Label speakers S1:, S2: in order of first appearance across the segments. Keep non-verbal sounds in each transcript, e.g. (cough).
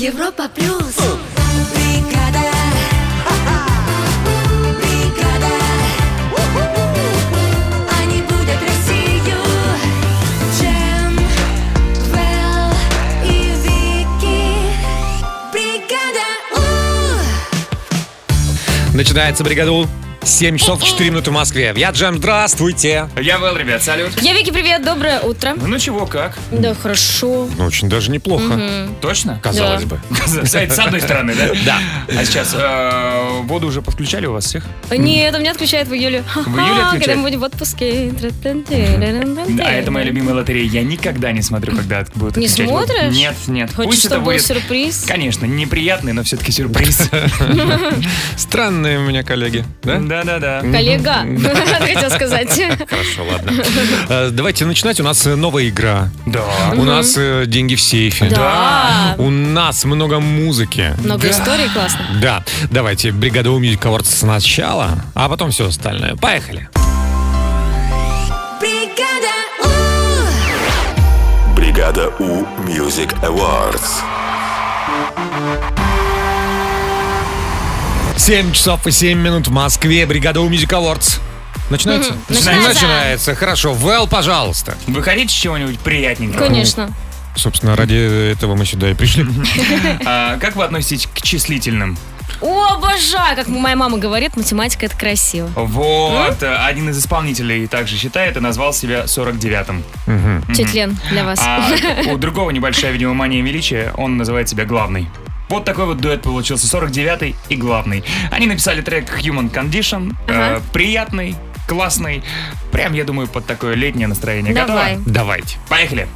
S1: Европа плюс.
S2: Бригада, бригада, они будут Россию, Джем, Вэл и Вики. Бригада, у,
S3: Начинается бригада У. 7 часов 4 минуты в Москве. Я Джем, здравствуйте.
S4: Я Вэл, ребят, салют.
S5: Я Вики, привет, доброе утро.
S4: Ну чего, как?
S5: Да, хорошо.
S3: Ну, очень даже неплохо,
S4: Точно?
S3: казалось бы.
S4: С с одной стороны, да?
S3: Да.
S4: А сейчас э, воду уже подключали у вас всех?
S5: Нет, у меня отключает в июле.
S4: июле отключает?
S5: Когда мы будем в отпуске.
S4: А это моя любимая лотерея. Я никогда не смотрю, когда будут
S5: Не
S4: отключать воду.
S5: смотришь?
S4: Нет, нет.
S5: Хочешь,
S4: Пусть это
S5: чтобы был
S4: будет...
S5: сюрприз?
S4: Конечно, неприятный, но все-таки (laughs) сюрприз.
S3: Странные у меня коллеги, да?
S4: Да-да-да.
S5: Коллега, (laughs)
S4: (laughs)
S5: хотел сказать.
S3: Хорошо,
S5: (laughs)
S3: ладно. Э, Давайте начинать. У нас э, новая игра.
S4: Да.
S3: У нас э, деньги в сейфе.
S5: Да.
S3: У нас много музыки.
S5: Много историй, классно.
S3: Да, давайте бригаду Music Awards сначала, а потом все остальное. Поехали.
S2: бригада, у.
S6: Бригада У Music Awards.
S3: 7 часов и 7 минут в Москве. Бригада У Music Awards. Начинается?
S5: начинается.
S3: Начинается. Хорошо. Вэл, пожалуйста.
S4: Вы хотите чего-нибудь приятненького?
S5: Конечно.
S3: Собственно, ради этого мы сюда и пришли.
S4: А, как вы относитесь к числительным?
S5: О, обожаю, как моя мама говорит, математика это красиво.
S4: Вот, э, один из исполнителей также считает и назвал себя 49-м.
S5: Четлен для вас.
S4: А у другого небольшая, видимо, мания величия, он называет себя главный. Вот такой вот дуэт получился, 49-й и главный. Они написали трек Human Condition, э,
S5: Ага.
S4: приятный, классный, прям, я думаю, под такое летнее настроение.
S5: Давай.
S4: Готово?
S3: Давайте.
S4: Поехали.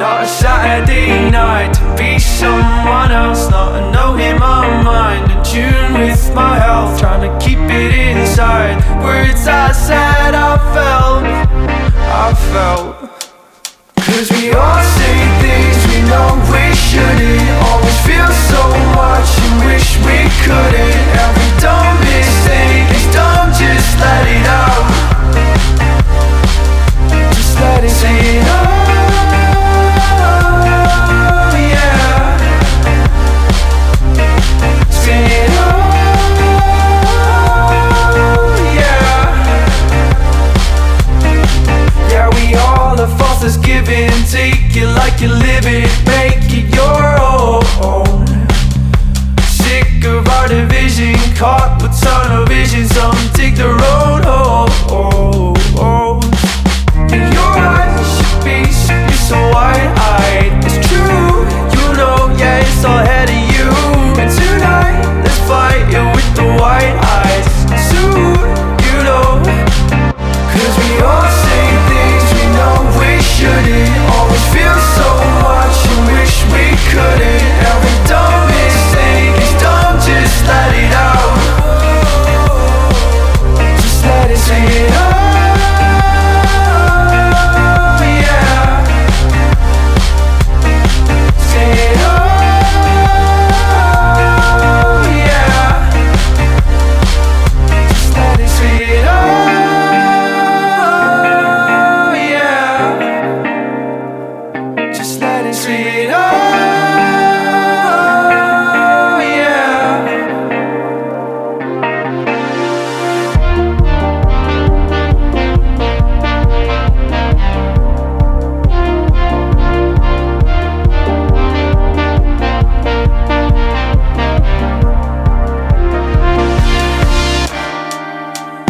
S7: Not a Saturday night to be someone else, not a note in my mind, in tune with my health, trying to keep it inside. Words I said, I felt, I felt. Cause we all say things we know we shouldn't, always feel so much and wish we couldn't. Every dumb mistake is dumb, just let it out. Just let it say it out, yeah. Say it out, yeah. Yeah, we all are false. Let's give and take it like you live it, make it your own. Sick of our division, caught with tunnel vision. Some take the road home. And your eyes should be, should be so wide-eyed It's true, you know, yeah, it's all ahead of you And tonight, let's fight it with the white eyes Soon, you know Cause we all say things we know we shouldn't Always feel so much and wish we couldn't Every dumb mistake is dumb, just let it out Just let it Oh, sing it out, yeah Sing it out, yeah Just let it sing it out, Oh, yeah Just let it Oh, sing it out, yeah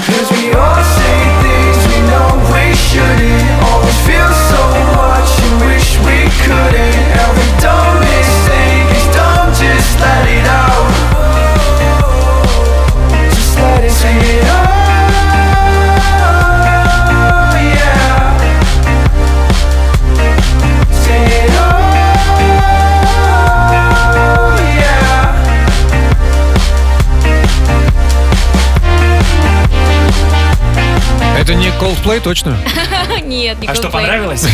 S7: Cause we all say things we know we shouldn't Always feel so much and wish we couldn't Every dumb mistake is dumb, just let it out Just let it sing it out, yeah Sing it out, yeah
S3: Это не Coldplay, точно?
S5: Нет. (laughs) Нет, никакой
S4: А что,
S5: Playboy.
S4: понравилось?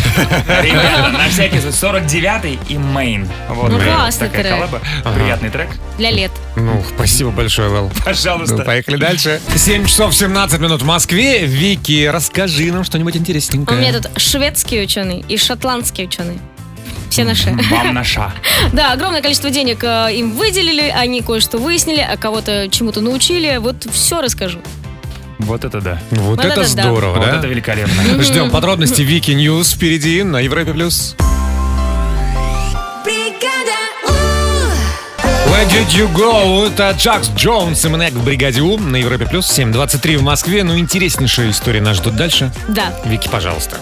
S4: Ребята, на всякий случай, 49 и Main. Вот
S5: Ну,
S4: такая
S5: классный
S4: такая
S5: трек.
S4: коллаба. Приятный трек.
S5: Для лет.
S3: (laughs) Ну, спасибо большое, Вэл. Ну,
S4: Пожалуйста.
S3: поехали дальше. 7 часов 17 минут в Москве. Вики, расскажи нам что-нибудь
S5: А
S3: интересненькое.
S5: у меня
S4: Э.
S5: тут шведские ученые и шотландские ученые. Все наши.
S4: Вам наша.
S5: Да, огромное количество денег э, им выделили, они кое-что выяснили, а кого-то чему-то научили. Вот все расскажу.
S4: Вот это да.
S3: Вот
S5: Вот
S3: это
S5: это да.
S3: здорово,
S4: Вот
S3: да?
S4: это великолепно.
S3: Ждем подробности Вики Ньюс впереди на Европе+. плюс.
S2: бригада У,
S3: Where did you go? Это Джакс Джонс и Мнек в бригаде У на Европе+. плюс 7.23 в Москве. Ну, интереснейшая история нас ждет дальше.
S5: Да.
S3: Вики, пожалуйста.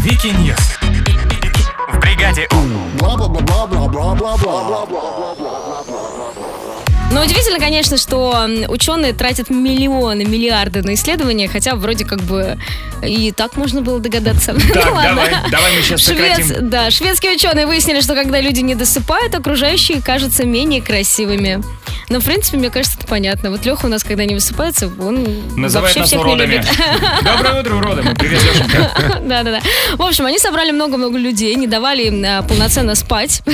S1: Вики Ньюс. В бригаде У.
S5: Но удивительно, конечно, что м, ученые тратят миллионы, миллиарды на исследования, хотя вроде как бы и так можно было догадаться.
S4: Так,
S5: (laughs) Ну ладно.
S4: давай, давай мы сейчас
S5: Швец,
S4: сократим.
S5: да, шведские ученые выяснили, что когда люди не досыпают, окружающие кажутся менее красивыми. Но, в принципе, мне кажется, это понятно. Вот Леха у нас, когда не высыпается, он
S4: Называет
S5: вообще
S4: нас
S5: всех не
S4: уродами.
S5: любит.
S4: (laughs) Доброе утро, уроды. Мы привет, Лешенька.
S5: Да-да-да. В общем, они собрали много-много людей, не давали им э, полноценно спать. (laughs)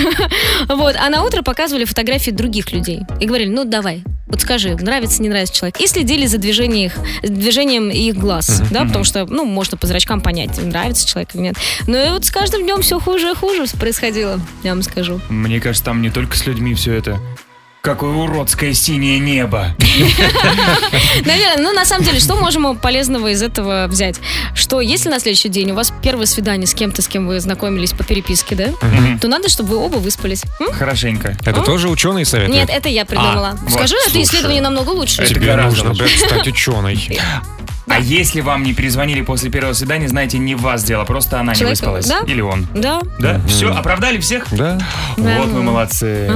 S5: Вот. А на утро показывали фотографии других людей. И говорили, ну давай, вот скажи, нравится, не нравится человек. И следили за движением их, движением их глаз, да, потому что, ну, можно по зрачкам понять, нравится человек или нет. Но и вот с каждым днем все хуже и хуже происходило, я вам скажу.
S4: Мне кажется, там не только с людьми все это. Какое уродское синее небо.
S5: Наверное, ну на самом деле, что можем полезного из этого взять? Что если на следующий день у вас первое свидание с кем-то, с кем вы знакомились по переписке, да,
S4: Мгм.
S5: то надо, чтобы вы оба выспались. М?
S4: Хорошенько.
S3: Это тоже ученые советуют?
S5: Нет, это я придумала.
S4: А,
S5: Скажи,
S4: вот,
S5: это
S4: слушай.
S5: исследование намного лучше.
S4: Это
S3: Тебе
S4: гораздо
S3: нужно блядь,
S4: лучше.
S3: стать ученой.
S5: (laughs)
S4: А если вам не перезвонили после первого свидания, знаете, не в вас дело, просто она
S5: Человек,
S4: не выспалась.
S5: да?
S4: Или он.
S5: Да.
S4: Да? Все, оправдали всех?
S3: Да?
S5: Да.
S4: Вот мы молодцы.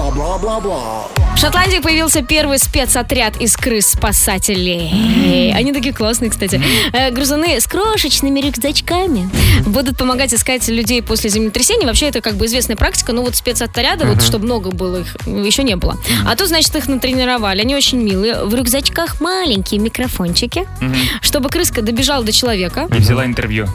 S5: В Шотландии появился первый спецотряд из крыс-спасателей. Они такие классные, кстати. Э, Грузуны с крошечными рюкзачками будут помогать искать людей после землетрясений. Вообще, это как бы известная практика, но вот спецотряда, вот чтобы много было их, э, еще не было. А тут, значит, их натренировали. Они очень милые. В рюкзачках маленькие микрофончики, чтобы крыска добежала до человека.
S4: И взяла
S5: (laughs)
S4: интервью.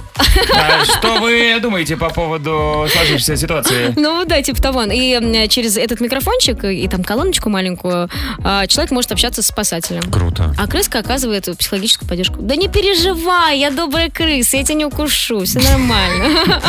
S4: А Что вы думаете по поводу сложившейся ситуации?
S5: Ну да, типа того. И м, через этот микрофончик и и там колоночку маленькую а, человек может общаться с спасателем.
S3: Круто.
S5: А крыска оказывает психологическую поддержку. Да не переживай, я добрая крыса, я тебя не укушу, все
S4: (laughs)
S5: нормально.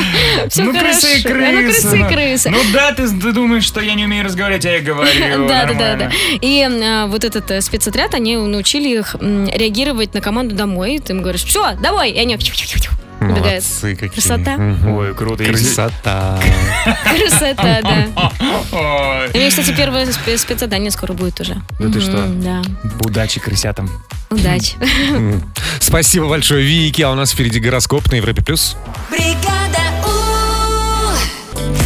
S5: Все
S4: ну,
S5: хорошо.
S4: крысы и
S5: Да,
S4: крысы.
S5: Ну, крысы и крысы.
S4: Ну да, ты, ты думаешь, что я не умею разговаривать, а я говорю.
S5: (laughs) Да, да, да, да.
S4: нормально.
S5: И м, а, вот этот э, спецотряд, они научили их м, реагировать на команду домой. Ты им говоришь, все, давай, и они убегают.
S3: Молодцы какие.
S5: Красота.
S3: Мгм.
S4: Ой, круто. Если-
S3: Красота.
S5: Красота, да.
S4: Ой.
S5: У меня, кстати, первое спе- спецзадание скоро будет уже.
S4: Да Ну ты что?
S5: М, Да.
S4: Удачи крысятам.
S5: (laughs) Удачи.
S3: Спасибо большое, Вики. А у нас впереди гороскоп на Европе+. плюс.
S2: бригада У,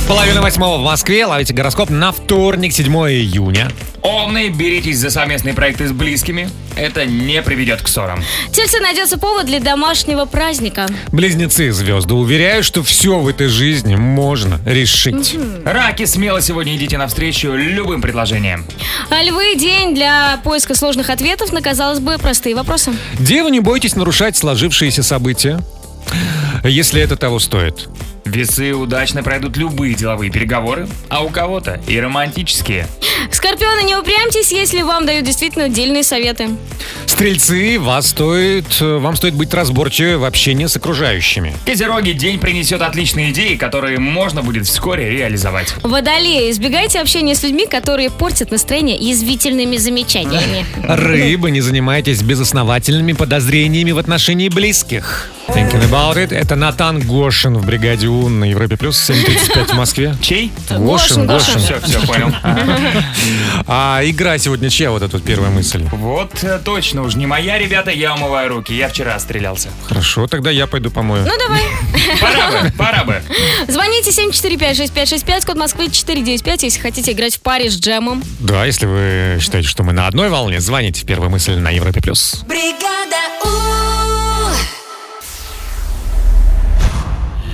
S3: Половина восьмого в Москве. Ловите гороскоп на вторник, 7 июня.
S4: Овны, беритесь за совместные проекты с близкими. Это не приведет к ссорам.
S5: Тельцы найдется повод для домашнего праздника.
S3: Близнецы звезды уверяют, что все в этой жизни можно решить.
S4: Раки, смело сегодня идите навстречу любым предложениям.
S5: А львы день для поиска сложных ответов на, казалось бы, простые вопросы.
S3: Девы, не бойтесь нарушать сложившиеся события, если это того стоит.
S4: Весы удачно пройдут любые деловые переговоры, а у кого-то и романтические.
S5: Скорпионы, не упрямьтесь, если вам дают действительно дельные советы.
S3: Стрельцы, вас стоит, э, вам стоит быть разборчивы в общении с окружающими.
S4: Козероги день принесет отличные идеи, которые можно будет вскоре реализовать.
S5: Водолеи, избегайте общения с людьми, которые портят настроение язвительными (laughs) замечаниями.
S3: Рыбы, не занимайтесь безосновательными подозрениями в отношении близких. Thinking about it. Это Натан Гошин в бригаде У на Европе плюс 7.35 в Москве.
S4: Чей?
S3: Гошин,
S5: Гошин, Гошин.
S3: Гошин.
S4: Все, все, (laughs) понял.
S3: А игра сегодня чья? Вот эта вот первая мысль.
S4: Вот э, точно уж не моя, ребята, я умываю руки. Я вчера стрелялся.
S3: Хорошо, тогда я пойду помою.
S5: Ну давай.
S4: Пора бы, пора бы.
S5: Звоните 745-6565, код Москвы 495, если хотите играть в паре с джемом.
S3: Да, если вы считаете, что мы на одной волне, звоните в первую мысль на Европе плюс.
S2: бригада У,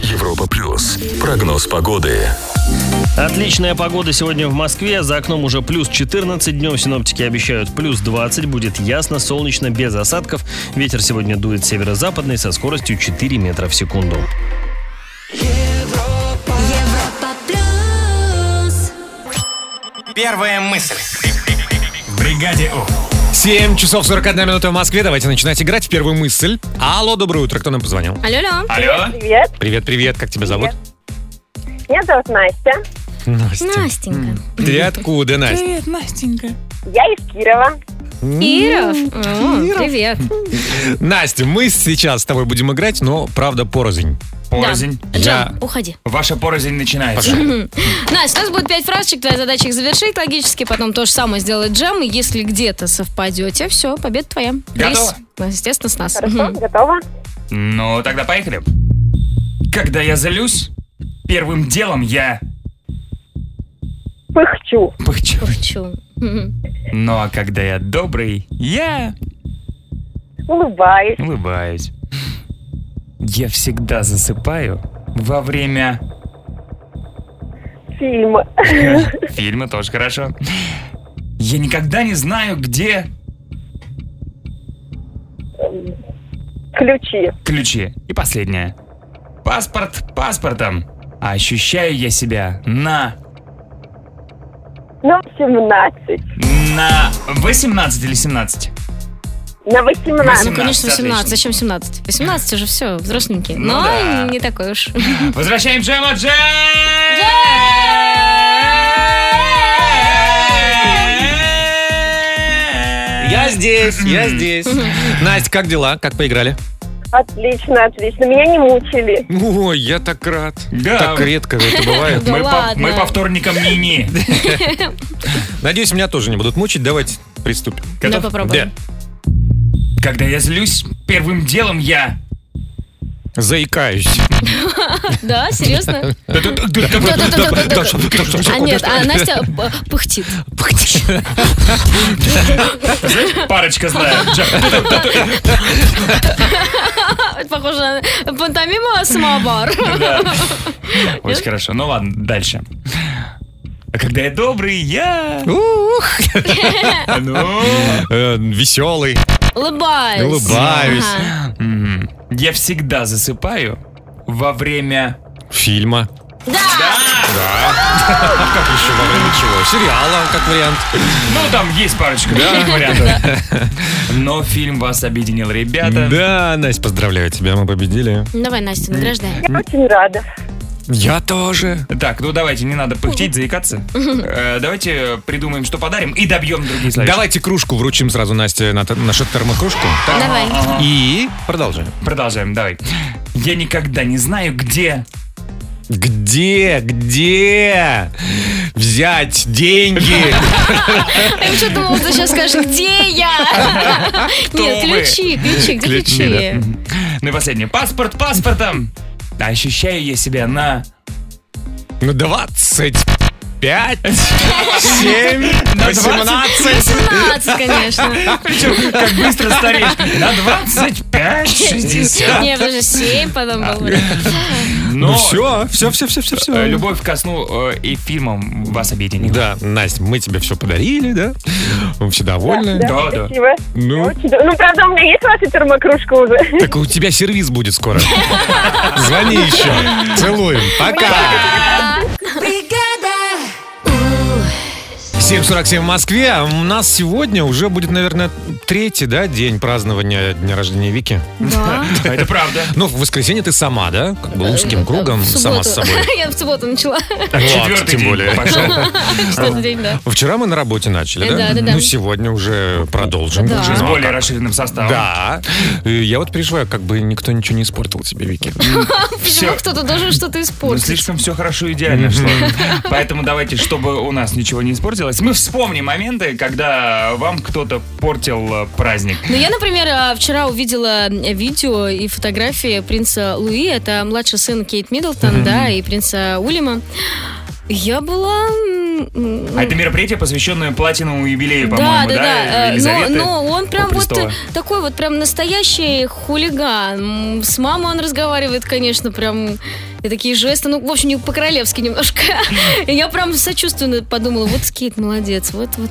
S6: Европа плюс. Прогноз погоды.
S8: Отличная погода сегодня в Москве. За окном уже плюс 14. Днем синоптики обещают плюс 20. Будет ясно, солнечно, без осадков. Ветер сегодня дует северо-западный со скоростью 4 метра в секунду.
S2: Европа плюс,
S1: Первая мысль. В бригаде У.
S3: 7 часов 41 минута в Москве. Давайте начинать играть. в Первую мысль. Алло, доброе утро. Кто нам позвонил?
S5: Алло, алло.
S4: Алло?
S9: Привет,
S3: Привет, привет. Как тебя зовут?
S9: меня зовут Настя.
S3: Настя.
S5: Настенька.
S3: Ты откуда, Настя?
S9: Я из Кирова.
S5: Киров. О, Привет.
S3: Настя, мы сейчас с тобой будем играть, но, правда, порознь.
S4: Порознь.
S3: Я-
S5: Джам, уходи.
S4: Ваша порознь начинается.
S5: Настя, у нас будет пять фразочек, твоя задача их завершить логически, потом то же самое сделает Джам, и если где-то совпадете, все, победа твоя.
S4: Готово?
S5: Приз, естественно, с нас.
S9: Хорошо,
S5: Мгм.
S9: готова?
S4: Ну, тогда поехали. Когда я злюсь, первым делом я
S9: Пыхчу.
S4: пыхчу.
S5: Пурчу. Мгм.
S4: Ну, а когда я добрый, я
S9: Улыбаюсь.
S4: улыбаюсь. Я всегда засыпаю во время
S9: Фильм. (laughs)
S4: фильма, тоже хорошо. Я никогда не знаю, где
S9: Ключи.
S4: ключи. И последнее. Паспорт паспортом. А ощущаю я себя на...
S9: На 17.
S4: На 18 или 17?
S9: На 18.
S5: Ну,
S4: 17,
S5: конечно, 18.
S4: отлично.
S5: Зачем 17? 18 уже все, взросленькие.
S4: Ну
S5: Но
S4: да.
S5: не такой уж. (laughs)
S4: Возвращаем Джема Джем!
S3: Я здесь, я здесь. Настя, как дела? Как поиграли?
S9: Отлично, отлично. Меня не мучили.
S3: Ой, я так рад.
S4: Да.
S3: Так редко это бывает.
S5: Да
S4: Мы, по,
S5: ладно.
S4: мы по вторникам не-не.
S3: Надеюсь, меня тоже не будут мучить. Давайте приступим.
S5: Давай
S4: Готов?
S5: попробуем.
S4: Когда я злюсь, первым делом я...
S3: Заикаюсь.
S5: Да, Ну, серьезно? А нет, а Настя п- пыхтит.
S4: Парочка знает. Джем,
S5: Это Похоже на пантомиму
S4: (laughs)
S5: а самовар.
S4: да. Очень хорошо. Ну ладно, дальше. А когда я добрый, я...
S5: (laughs)
S3: Ух,
S4: Ну,
S3: э, Веселый.
S5: Улыбаюсь.
S3: Улыбаюсь.
S5: Ага.
S4: мгм. Я всегда засыпаю во время...
S3: Фильма. А
S5: Да!
S3: Как еще во время чего? Сериала, как вариант.
S4: Ну, там есть парочка вариантов. Но фильм вас объединил, ребята.
S3: Да, Настя, поздравляю тебя, мы победили.
S5: Давай, Настя, награждай.
S9: Я очень рада.
S3: Я тоже.
S4: Так, ну давайте, не надо пыхтеть, заикаться. Э, Давайте придумаем, что подарим, и добьем другие слова.
S3: Давайте кружку вручим сразу Насте, на- А. нашу термокружку. Так.
S5: Давай.
S3: И продолжаем.
S4: Продолжаем, давай. Я никогда не знаю, где...
S3: Где, где взять
S4: (laughs)
S3: деньги?
S5: Я что думала, ты сейчас скажешь, где я? Нет,
S4: вы?
S5: ключи, ключи, где ключи?
S4: Мгм. Ну и последнее. Паспорт паспортом! Ощущаю я себя на...
S3: Ну, 25, 7,
S4: На
S3: 18.
S5: 17, конечно.
S4: Причем, как быстро стареешь. На 25, 60.
S5: Нет, даже 7 потом
S4: А,
S5: было.
S3: Ну,
S4: Но
S3: все, все, все, все, все,
S4: э,
S3: все.
S4: любовь ко сну э, и фильмом вас объединила.
S3: Да, Настя, мы тебе все подарили, да? Мы все довольны.
S4: Да.
S9: Спасибо. Я
S3: Ну,
S9: очень рада. Ну, правда, у меня есть ваша термокружка уже. (laughs)
S3: так у тебя сервис будет
S4: (laughs)
S3: скоро. Звони еще. Целуем. Пока.
S2: бригада.
S3: 7.47 в Москве. А У нас сегодня уже будет, наверное, третий, да, день празднования дня рождения Вики.
S5: Да.
S4: А Это правда.
S3: Ну, в воскресенье ты сама, да? Как бы узким кругом,
S5: В
S3: сама с
S5: субботу.
S3: собой.
S5: (laughs) Я в субботу
S4: (laughs)
S5: начала.
S3: Вот,
S4: Четвертый
S3: тем
S4: день
S3: более.
S4: пошел.
S5: Четвертый день, да.
S3: Вчера мы на работе начали,
S5: Э,
S3: да?
S5: да, да, да.
S3: Ну, сегодня уже продолжим.
S5: Да.
S3: Уже
S4: С
S3: ну, а
S4: более
S3: как?
S4: расширенным составом.
S3: Да. Э, Я вот переживаю, как бы никто ничего не испортил тебе, Вики.
S5: Почему кто-то должен что-то
S4: Ну,
S5: испортить?
S4: слишком все хорошо, идеально шло. Поэтому давайте, чтобы у нас ничего не испортилось, мы вспомним моменты, когда вам кто-то портил э, праздник.
S5: Ну, я, например, э, вчера увидела э, видео и фотографии принца Луи. Это младший сын Кейт Миддлтон, да, и принца Уильяма. Я была м, он... м,
S4: А это мероприятие, посвященное платиновому юбилею,
S5: да,
S4: по-моему,
S5: да,
S4: да?
S5: да. э, Но,
S4: Елизаветы
S5: но он прям вот
S4: Престола.
S5: э, такой вот прям настоящий хулиган. М, С мамой он разговаривает, конечно, прям и такие жесты. Ну, в общем, не по-королевски немножко. (laughs) И я прям сочувственно подумала, вот Скит, молодец, вот, вот.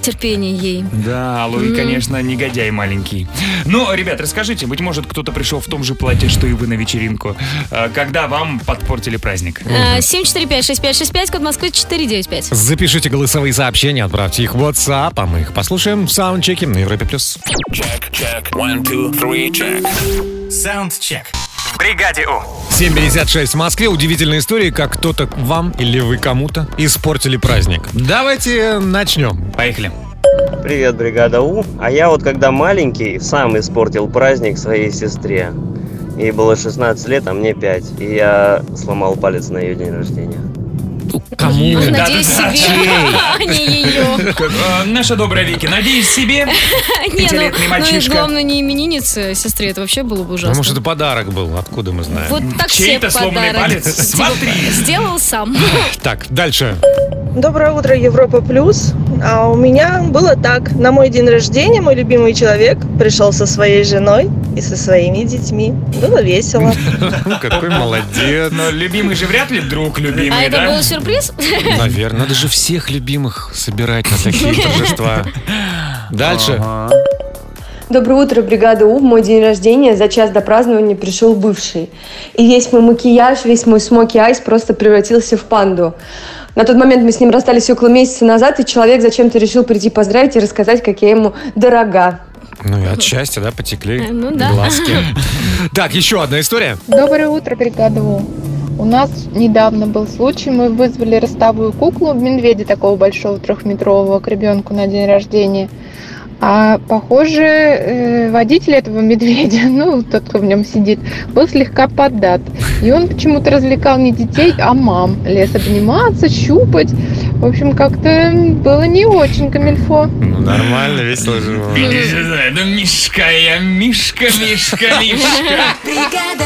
S5: Терпение ей.
S4: Да, Луи, конечно, негодяй маленький. Ну, ребят, расскажите, быть может, кто-то пришел в том же платье, что и вы на вечеринку. Э, Когда вам подпортили праздник?
S5: Э, 745-6565, код Москвы 495.
S3: Запишите голосовые сообщения, отправьте их в WhatsApp, а мы их послушаем в саундчеке на Европе+. плюс.
S10: Саундчек. В бригаде У.
S3: 7.56 в Москве. Удивительная история, как кто-то вам или вы кому-то испортили праздник. Давайте э, начнем.
S4: Поехали.
S11: Привет, бригада У. А я вот когда маленький, сам испортил праздник своей сестре. Ей было 16 лет, а мне 5. И я сломал палец на ее день рождения.
S3: Кому?
S5: Надеюсь, себе, (laughs) а
S4: (laughs)
S5: не ее.
S4: Э, Наша добрая Вики, надеюсь, себе пятилетний мальчишка.
S5: ну,
S4: Ну,
S5: главное, не именинница сестре, это вообще было бы ужасно.
S3: Потому что это подарок был, откуда мы знаем.
S5: Вот так себе
S4: чей-то сломанный
S5: подарок. Типа,
S4: палец. Смотри.
S5: Сделал сам.
S3: Так, дальше.
S7: Доброе утро, Европа Плюс. А у меня было так. На мой день рождения мой любимый человек пришел со своей женой и со своими детьми. Было весело.
S3: Ну, какой молодец.
S4: Но любимый же вряд ли друг
S5: А
S4: любимый,
S5: это
S4: да?
S5: был сюрприз?
S3: Наверное, надо же всех любимых собирать на (laughs) такие торжества. Дальше.
S7: Доброе утро, бригада У. В мой день рождения за час до празднования пришел бывший. И весь мой макияж, весь мой смоки айс просто превратился в панду. На тот момент мы с ним расстались около месяца назад, и человек зачем-то решил прийти поздравить и рассказать, как я ему дорога.
S3: Ну и от счастья, да, потекли
S5: Э, (laughs) ну да.
S3: глазки. Так, еще одна история.
S7: Доброе утро, бригада У. У нас недавно был случай, мы вызвали ростовую куклу, медведя такого большого трехметрового к ребенку на день рождения. А похоже, э, водитель этого медведя, (laughs) ну, тот, кто в нем сидит, был слегка поддат. И он почему-то развлекал не детей, а мам. Лес обниматься, щупать. В общем, как-то Эм, было не очень камильфо.
S3: Ну, нормально, весело живо.
S4: Ну, Мишка я, Мишка,
S5: (laughs)
S4: Мишка, Мишка.
S2: бригада,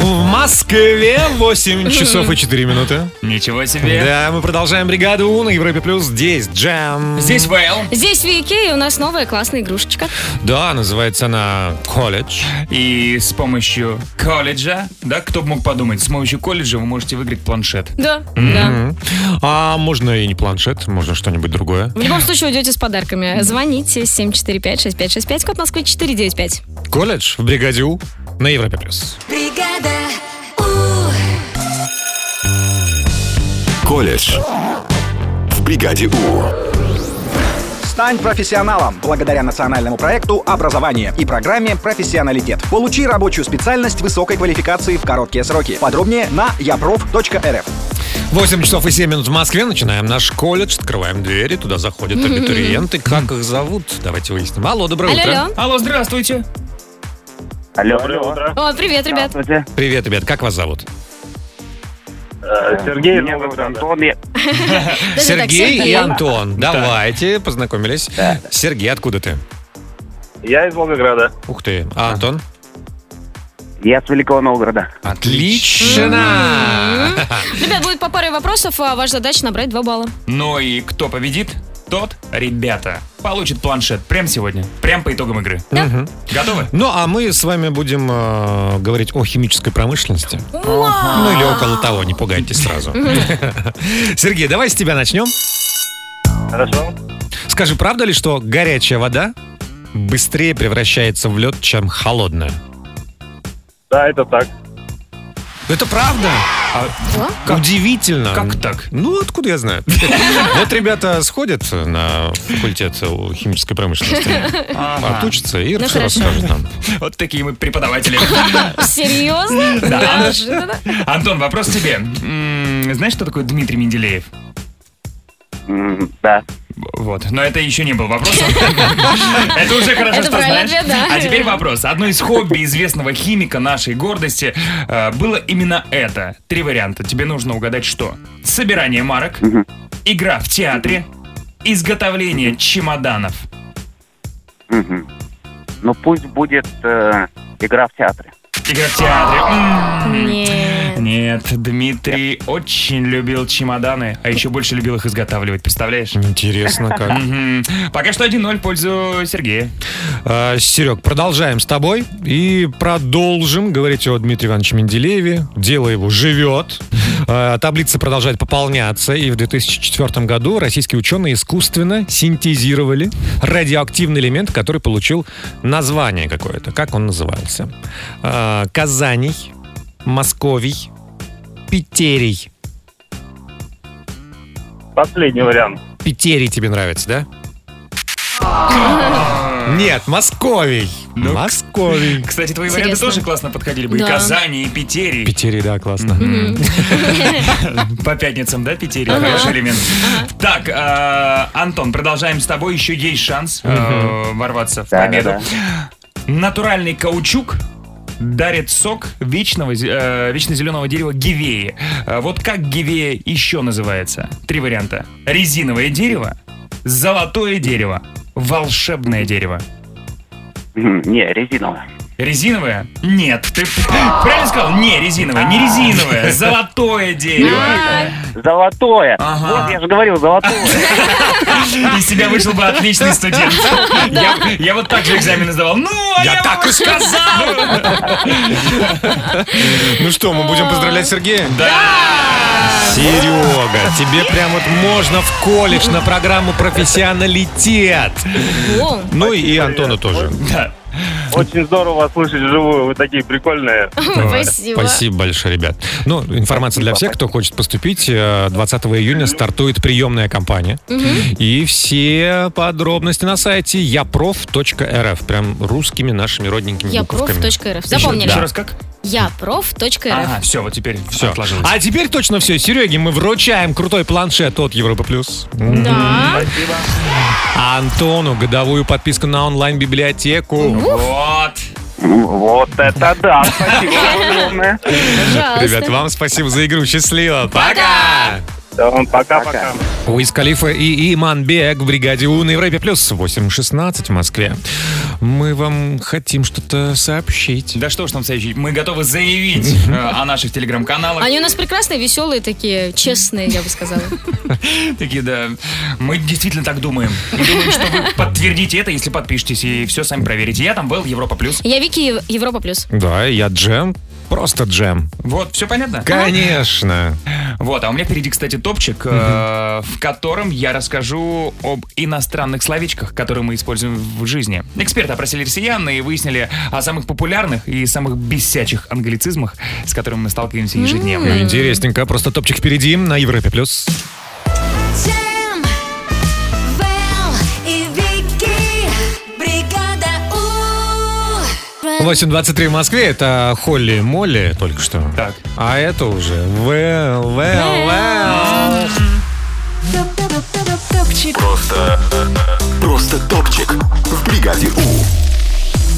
S3: В Москве 8 часов и 4 минуты.
S4: Ничего себе.
S3: Да, мы продолжаем бригаду У» на Европе Плюс. Здесь джем.
S4: Здесь Вейл.
S5: Здесь Вики, и у нас новая классная игрушечка.
S3: Да, называется она колледж.
S4: И с помощью колледжа, да, кто бы мог подумать, с помощью колледжа вы можете выиграть планшет.
S5: Да, да.
S3: М. А можно и не планшет, можно что-нибудь другое.
S5: В любом случае уйдете с подарками. Звоните 745-6565, код Москвы 495.
S3: Колледж в бригаде У на Европе Плюс.
S2: бригада, у,
S12: Колледж. В бригаде У.
S13: Стань профессионалом благодаря национальному проекту «Образование» и программе «Профессионалитет». Получи рабочую специальность высокой квалификации в короткие сроки. Подробнее на япров.рф.
S3: 8 часов и 7 минут в Москве. Начинаем наш колледж, открываем двери, туда заходят абитуриенты. Как их зовут? Давайте выясним. Алло, доброе
S5: Алло,
S3: утро.
S5: алло.
S4: Алло, здравствуйте.
S11: Алло, Алло.
S5: О, привет, ребят.
S3: Привет, ребят, как вас зовут?
S11: Сергей, меня зовут Антон.
S5: Даже так,
S3: Сергей и
S5: Сергей.
S3: Антон. Давайте, познакомились. Сергей, откуда ты?
S11: Я из Волгограда.
S3: Ух ты. А Антон?
S11: Я с Великого Новгорода.
S3: Отлично!
S5: Ребят, будет по паре вопросов, а ваша задача набрать 2 балла.
S4: Ну и кто победит, тот, ребята, получит планшет прямо сегодня, прямо по итогам игры.
S3: Мгм.
S5: (laughs)
S4: Готовы?
S3: Ну, а мы с вами будем э, говорить о химической промышленности. Ну, или около того, не пугайтесь сразу. Сергей, давай с тебя начнем.
S11: Хорошо.
S3: Скажи, правда ли, что горячая вода быстрее превращается в лед, чем холодная?
S11: Да, это так.
S3: Это правда? А, Удивительно.
S4: Как так?
S3: Ну, откуда я знаю? Вот ребята сходят на факультет э, химической промышленности, отучатся и
S5: Ну,
S3: все
S5: хорошо.
S3: расскажут нам.
S4: Вот такие мы
S5: (laughs)
S4: преподаватели.
S3: А,
S5: Серьезно?
S4: Да.
S5: Неожиданно.
S4: Антон, вопрос тебе. М, Знаешь, что такое Дмитрий Менделеев?
S11: Да.
S4: Вот. Но это еще не был вопрос. Это уже хорошо,
S5: Это
S4: что
S5: правильный
S4: знаешь.
S5: ответ, да.
S4: А теперь вопрос. Одно из хобби известного химика нашей гордости э, было именно это. Три варианта. Тебе нужно угадать, что? Собирание марок, игра в театре, изготовление чемоданов.
S11: Ну пусть будет э, игра в театре.
S4: Игра в театре. М.
S5: Нет.
S4: Нет, Дмитрий очень любил чемоданы, а еще больше любил их изготавливать, представляешь?
S3: Интересно как.
S4: Мгм. Пока что 1-0 в пользу Сергея.
S3: А, Серег, продолжаем с тобой и продолжим говорить о Дмитрии Ивановиче Менделееве. Дело его живет. А, Таблица продолжает пополняться. И в 2004 году российские ученые искусственно синтезировали радиоактивный элемент, который получил название какое-то. Как он назывался? А, Казаний, Московий, Питерий.
S14: Последний вариант.
S3: Питерий тебе нравится, да? Нет, Московий. Московий.
S4: Кстати, твои варианты
S5: Интересно.
S4: тоже классно подходили бы. И
S5: Да.
S4: Казани, и Питерий.
S3: Питерий, да, классно.
S4: По пятницам, да, Питерий?
S5: Ага.
S4: Хороший элемент. Так, э, Антон, продолжаем с тобой. Еще есть шанс э,
S3: Мгм.
S4: ворваться в
S14: Да, да,
S4: победу. Натуральный каучук дарит сок вечного, зе- э, вечно зеленого дерева гивеи. Э, Вот как гивея еще называется? Три варианта. Резиновое дерево, золотое дерево, волшебное дерево.
S14: М, Не, резиновая.
S4: Резиновое? Нет. Ты правильно сказал? Не, резиновое, не резиновое. Золотое дерево.
S14: Золотое.
S4: Ага.
S14: Вот я же говорил, золотое.
S4: Из тебя вышел бы отличный студент. Я, я вот так же экзамены сдавал. Ну, а я, так и сказал!
S3: Ну что, мы будем поздравлять Сергея?
S4: Да!
S3: Серега, тебе прям вот можно в колледж на программу «Профессионалитет».
S5: О,
S3: Ну и Антону тоже.
S4: Да.
S14: Очень здорово вас слышать живую. Вы такие прикольные.
S5: спасибо.
S3: Спасибо большое, ребят. Ну, информация для всех, кто хочет поступить. Э, 20 июня стартует приемная кампания. И все подробности на сайте япроф.рф. Прям русскими нашими родненькими
S5: Я
S3: буковками.
S5: проф.рф.
S3: Еще-
S5: Запомнили?
S3: да. А,
S4: Еще раз как?
S5: Я проф.рф.
S4: Ага, все, вот теперь все
S3: Всё.
S4: отложилось.
S3: А теперь точно все. Сереге мы вручаем крутой планшет от Европа+. плюс.
S5: Да.
S3: А Антону годовую подписку на онлайн-библиотеку.
S4: Вот.
S14: Вот это да. Спасибо огромное.
S5: Пожалуйста.
S3: Ребят, вам спасибо за игру. Счастливо. Пока!
S14: Да, Пока-пока.
S3: Уиз Калифа и Иман Бек в бригаде У на Европе Плюс. 8.16 в Москве. Мы вам хотим что-то сообщить.
S4: Да что ж там сообщить, мы готовы заявить э, о наших телеграм-каналах.
S5: Они у нас прекрасные, веселые такие, честные, я бы сказала.
S4: Такие, да, мы действительно так думаем. И думаем, что вы подтвердите это, если подпишетесь и все сами проверите. Я там был, Европа Плюс.
S5: Я Вики, Ев- Европа Плюс.
S3: Да, я джем. Просто джем.
S4: Вот, все понятно?
S3: Конечно.
S4: Вот, а у меня впереди, кстати, топчик, э, в котором я расскажу об иностранных словечках, которые мы используем в жизни. Эксперты опросили россиян и выяснили о самых популярных и самых бесячих англицизмах, с которыми мы сталкиваемся ежедневно.
S3: Ну, Интересненько. Просто топчик впереди на Европе Плюс.
S2: Джем, Вэл и Вики. Бригада У.
S3: 8.23 в Москве. Это Холли Молли только что.
S4: Так.
S3: А это уже Well, well, well.
S2: Топчик.
S6: Просто топчик в бригаде У.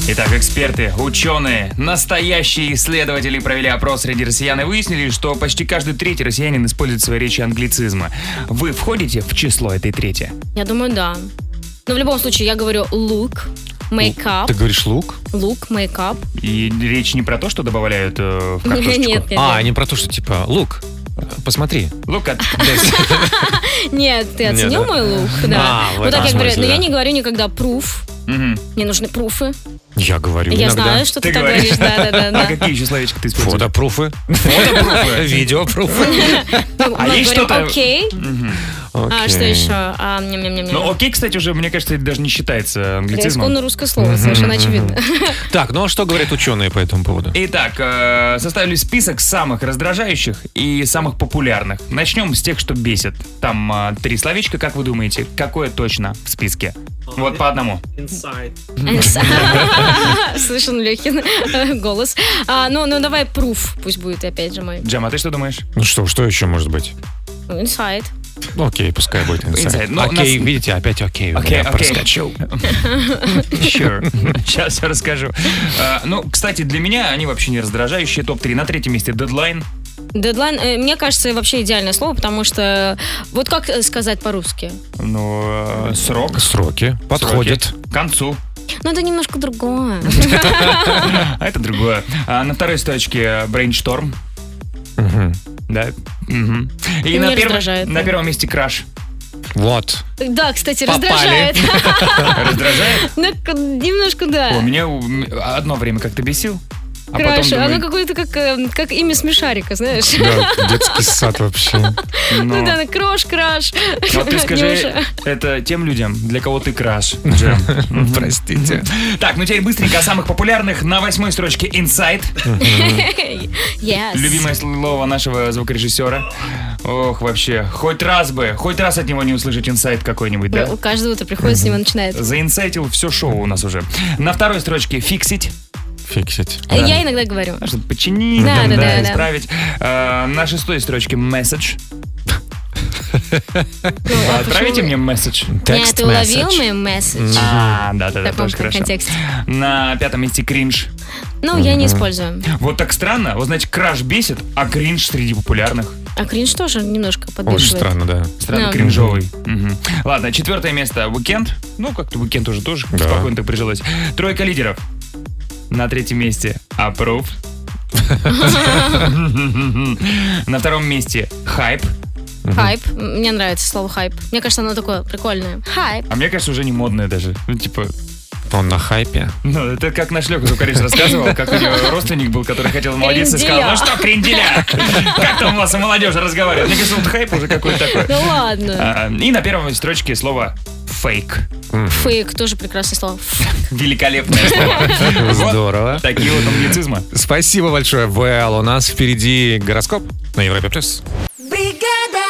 S4: Итак, эксперты, ученые, настоящие исследователи провели опрос среди россиян и выяснили, что почти каждый третий россиянин использует в своей речи англицизма. Вы входите в число этой трети?
S5: Я думаю, да. Но в любом случае, я говорю look,
S3: Ты
S5: makeup,
S3: говоришь лук?
S5: look, makeup.
S4: И речь не про то, что добавляют э, в
S5: Нет, (laughs)
S4: картошечку.
S5: нет,
S3: А,
S5: нет.
S3: не про то, что типа лук. Посмотри.
S4: Look at (laughs) this.
S5: Нет, ты
S3: Нет,
S5: оценил
S3: да.
S5: мой look,
S3: А,
S5: да.
S3: в
S5: Вот так
S3: этом
S5: я говорю,
S3: смысле,
S5: но я
S3: да.
S5: не говорю никогда proof.
S4: Мгм.
S5: Мне нужны пруфы.
S3: Я говорю
S5: Я
S3: иногда.
S5: знаю, что ты
S4: Ты
S5: так
S4: говоришь.
S5: говоришь, да, да,
S3: (laughs)
S4: А
S5: да.
S4: какие еще словечки ты используешь?
S3: Фотопруфы. Фотопруфы. (laughs) Видеопруфы.
S5: Ну, Мы
S4: есть
S5: говорим
S4: что-то-
S5: окей. (laughs) А
S3: а Окей.
S5: что еще? А, ням-ням-ням-ням.
S4: Ну, окей, кстати, уже, мне кажется, это даже не считается
S5: Это исконно
S4: англицизмом.
S5: русское слово, совершенно очевидно.
S3: Так, ну а что говорят ученые по этому поводу?
S4: Итак, э, составили список самых раздражающих и самых популярных. Начнем с тех, что бесит. Там э, три словечка, как вы думаете, какое точно в списке? Вот по одному.
S5: (laughs) Слышен Лехин (laughs) голос. А, Ну, ну давай пруф, пусть будет опять же мой.
S4: Джем, а ты что думаешь?
S3: Ну что, что еще может быть?
S5: Инсайд.
S3: Ну, Окей, пускай будет инсайд.
S4: Инсайд. Ну,
S3: окей,
S4: нас-
S3: видите, опять окей. у
S4: Окей,
S3: меня
S4: окей. (laughs)
S3: проскочил.
S4: Сейчас я расскажу. Э, Ну, кстати, для меня они вообще не раздражающие. Топ-3. На третьем месте дедлайн.
S5: Дедлайн, э, мне кажется, вообще идеальное слово, потому что вот как э, сказать по-русски?
S4: Ну, э, срок.
S3: Сроки подходят.
S4: Сроки. К концу.
S5: Но Ну, это
S4: (laughs)
S5: немножко другое.
S4: А это другое. А на второй строчке брейншторм. Да. мгм. И
S5: Меня
S4: на первом-
S5: раздражает,
S4: на
S5: да.
S4: первом месте краш.
S3: Вот.
S5: Да, кстати,
S4: Попали.
S5: раздражает. (laughs)
S4: Раздражает?
S5: Ну, к- немножко, да.
S4: О, меня м, одно время как-то бесил. А потом
S5: Краш, оно
S4: думаю,
S5: какое-то как, э, как имя смешарика, знаешь?
S3: Да, детский сад вообще.
S4: (laughs)
S5: (laughs) Ну
S4: ну,
S5: да, ну, крош, краш.
S4: Вот
S5: (laughs)
S4: ты скажи
S5: Нюша.
S4: это тем людям, для кого ты краш, Джем.
S3: Простите.
S4: Так, ну теперь быстренько о самых популярных. На восьмой строчке Inside.
S5: Yes.
S4: Любимое слово нашего звукорежиссера. Ох, вообще, хоть раз бы, хоть раз от него не услышать инсайт какой-нибудь, да?
S5: У каждого это приходит, с него начинает.
S4: Заинсайтил все шоу у нас уже. На второй строчке фиксить.
S3: Фиксить.
S5: Я иногда говорю.
S4: Что-то починить,
S5: Да,
S4: там,
S5: да,
S4: да,
S5: да, да.
S4: исправить. Э, на шестой строчке месседж.
S5: Ну, а
S4: Отправите мне месседж.
S5: Нет, ты уловил мой месседж?
S4: А, да, да, да,
S5: В таком
S4: тоже хорошо.
S5: контексте.
S4: На пятом месте кринж.
S5: Ну, я не использую.
S4: Вот так странно. Вот значит, краш бесит, а кринж среди популярных.
S5: А кринж тоже немножко подбешивает.
S3: Очень странно, да.
S4: Странно
S5: Да.
S4: кринжовый. Мгм. Ладно, четвертое место. Уикенд. Ну, как-то уикенд уже тоже
S3: Да.
S4: спокойно так прижилось. Тройка лидеров. На третьем месте Approve. (laughs) На втором месте Хайп.
S5: Хайп. М, Мне нравится слово хайп. Мне кажется, оно такое прикольное. Хайп.
S4: А мне кажется, уже не модное даже. Ну, типа,
S3: Он на хайпе.
S4: ну, это как наш Лёха Зукаревич рассказывал, как у него родственник был, который хотел молодиться и сказал,
S5: Кренделя.
S4: ну что, кренделя, (laughs) как там у вас о молодежи разговаривают? Мне кажется, вот хайп уже какой-то такой.
S5: Да ладно.
S4: А, И на первой строчке слово фейк.
S5: Фейк тоже прекрасное слово.
S4: Великолепное слово.
S3: Здорово.
S4: (laughs) Вот Такие вот англицизмы.
S3: Спасибо большое, Вэл. У нас впереди гороскоп на Европе+. плюс.
S2: Бригада!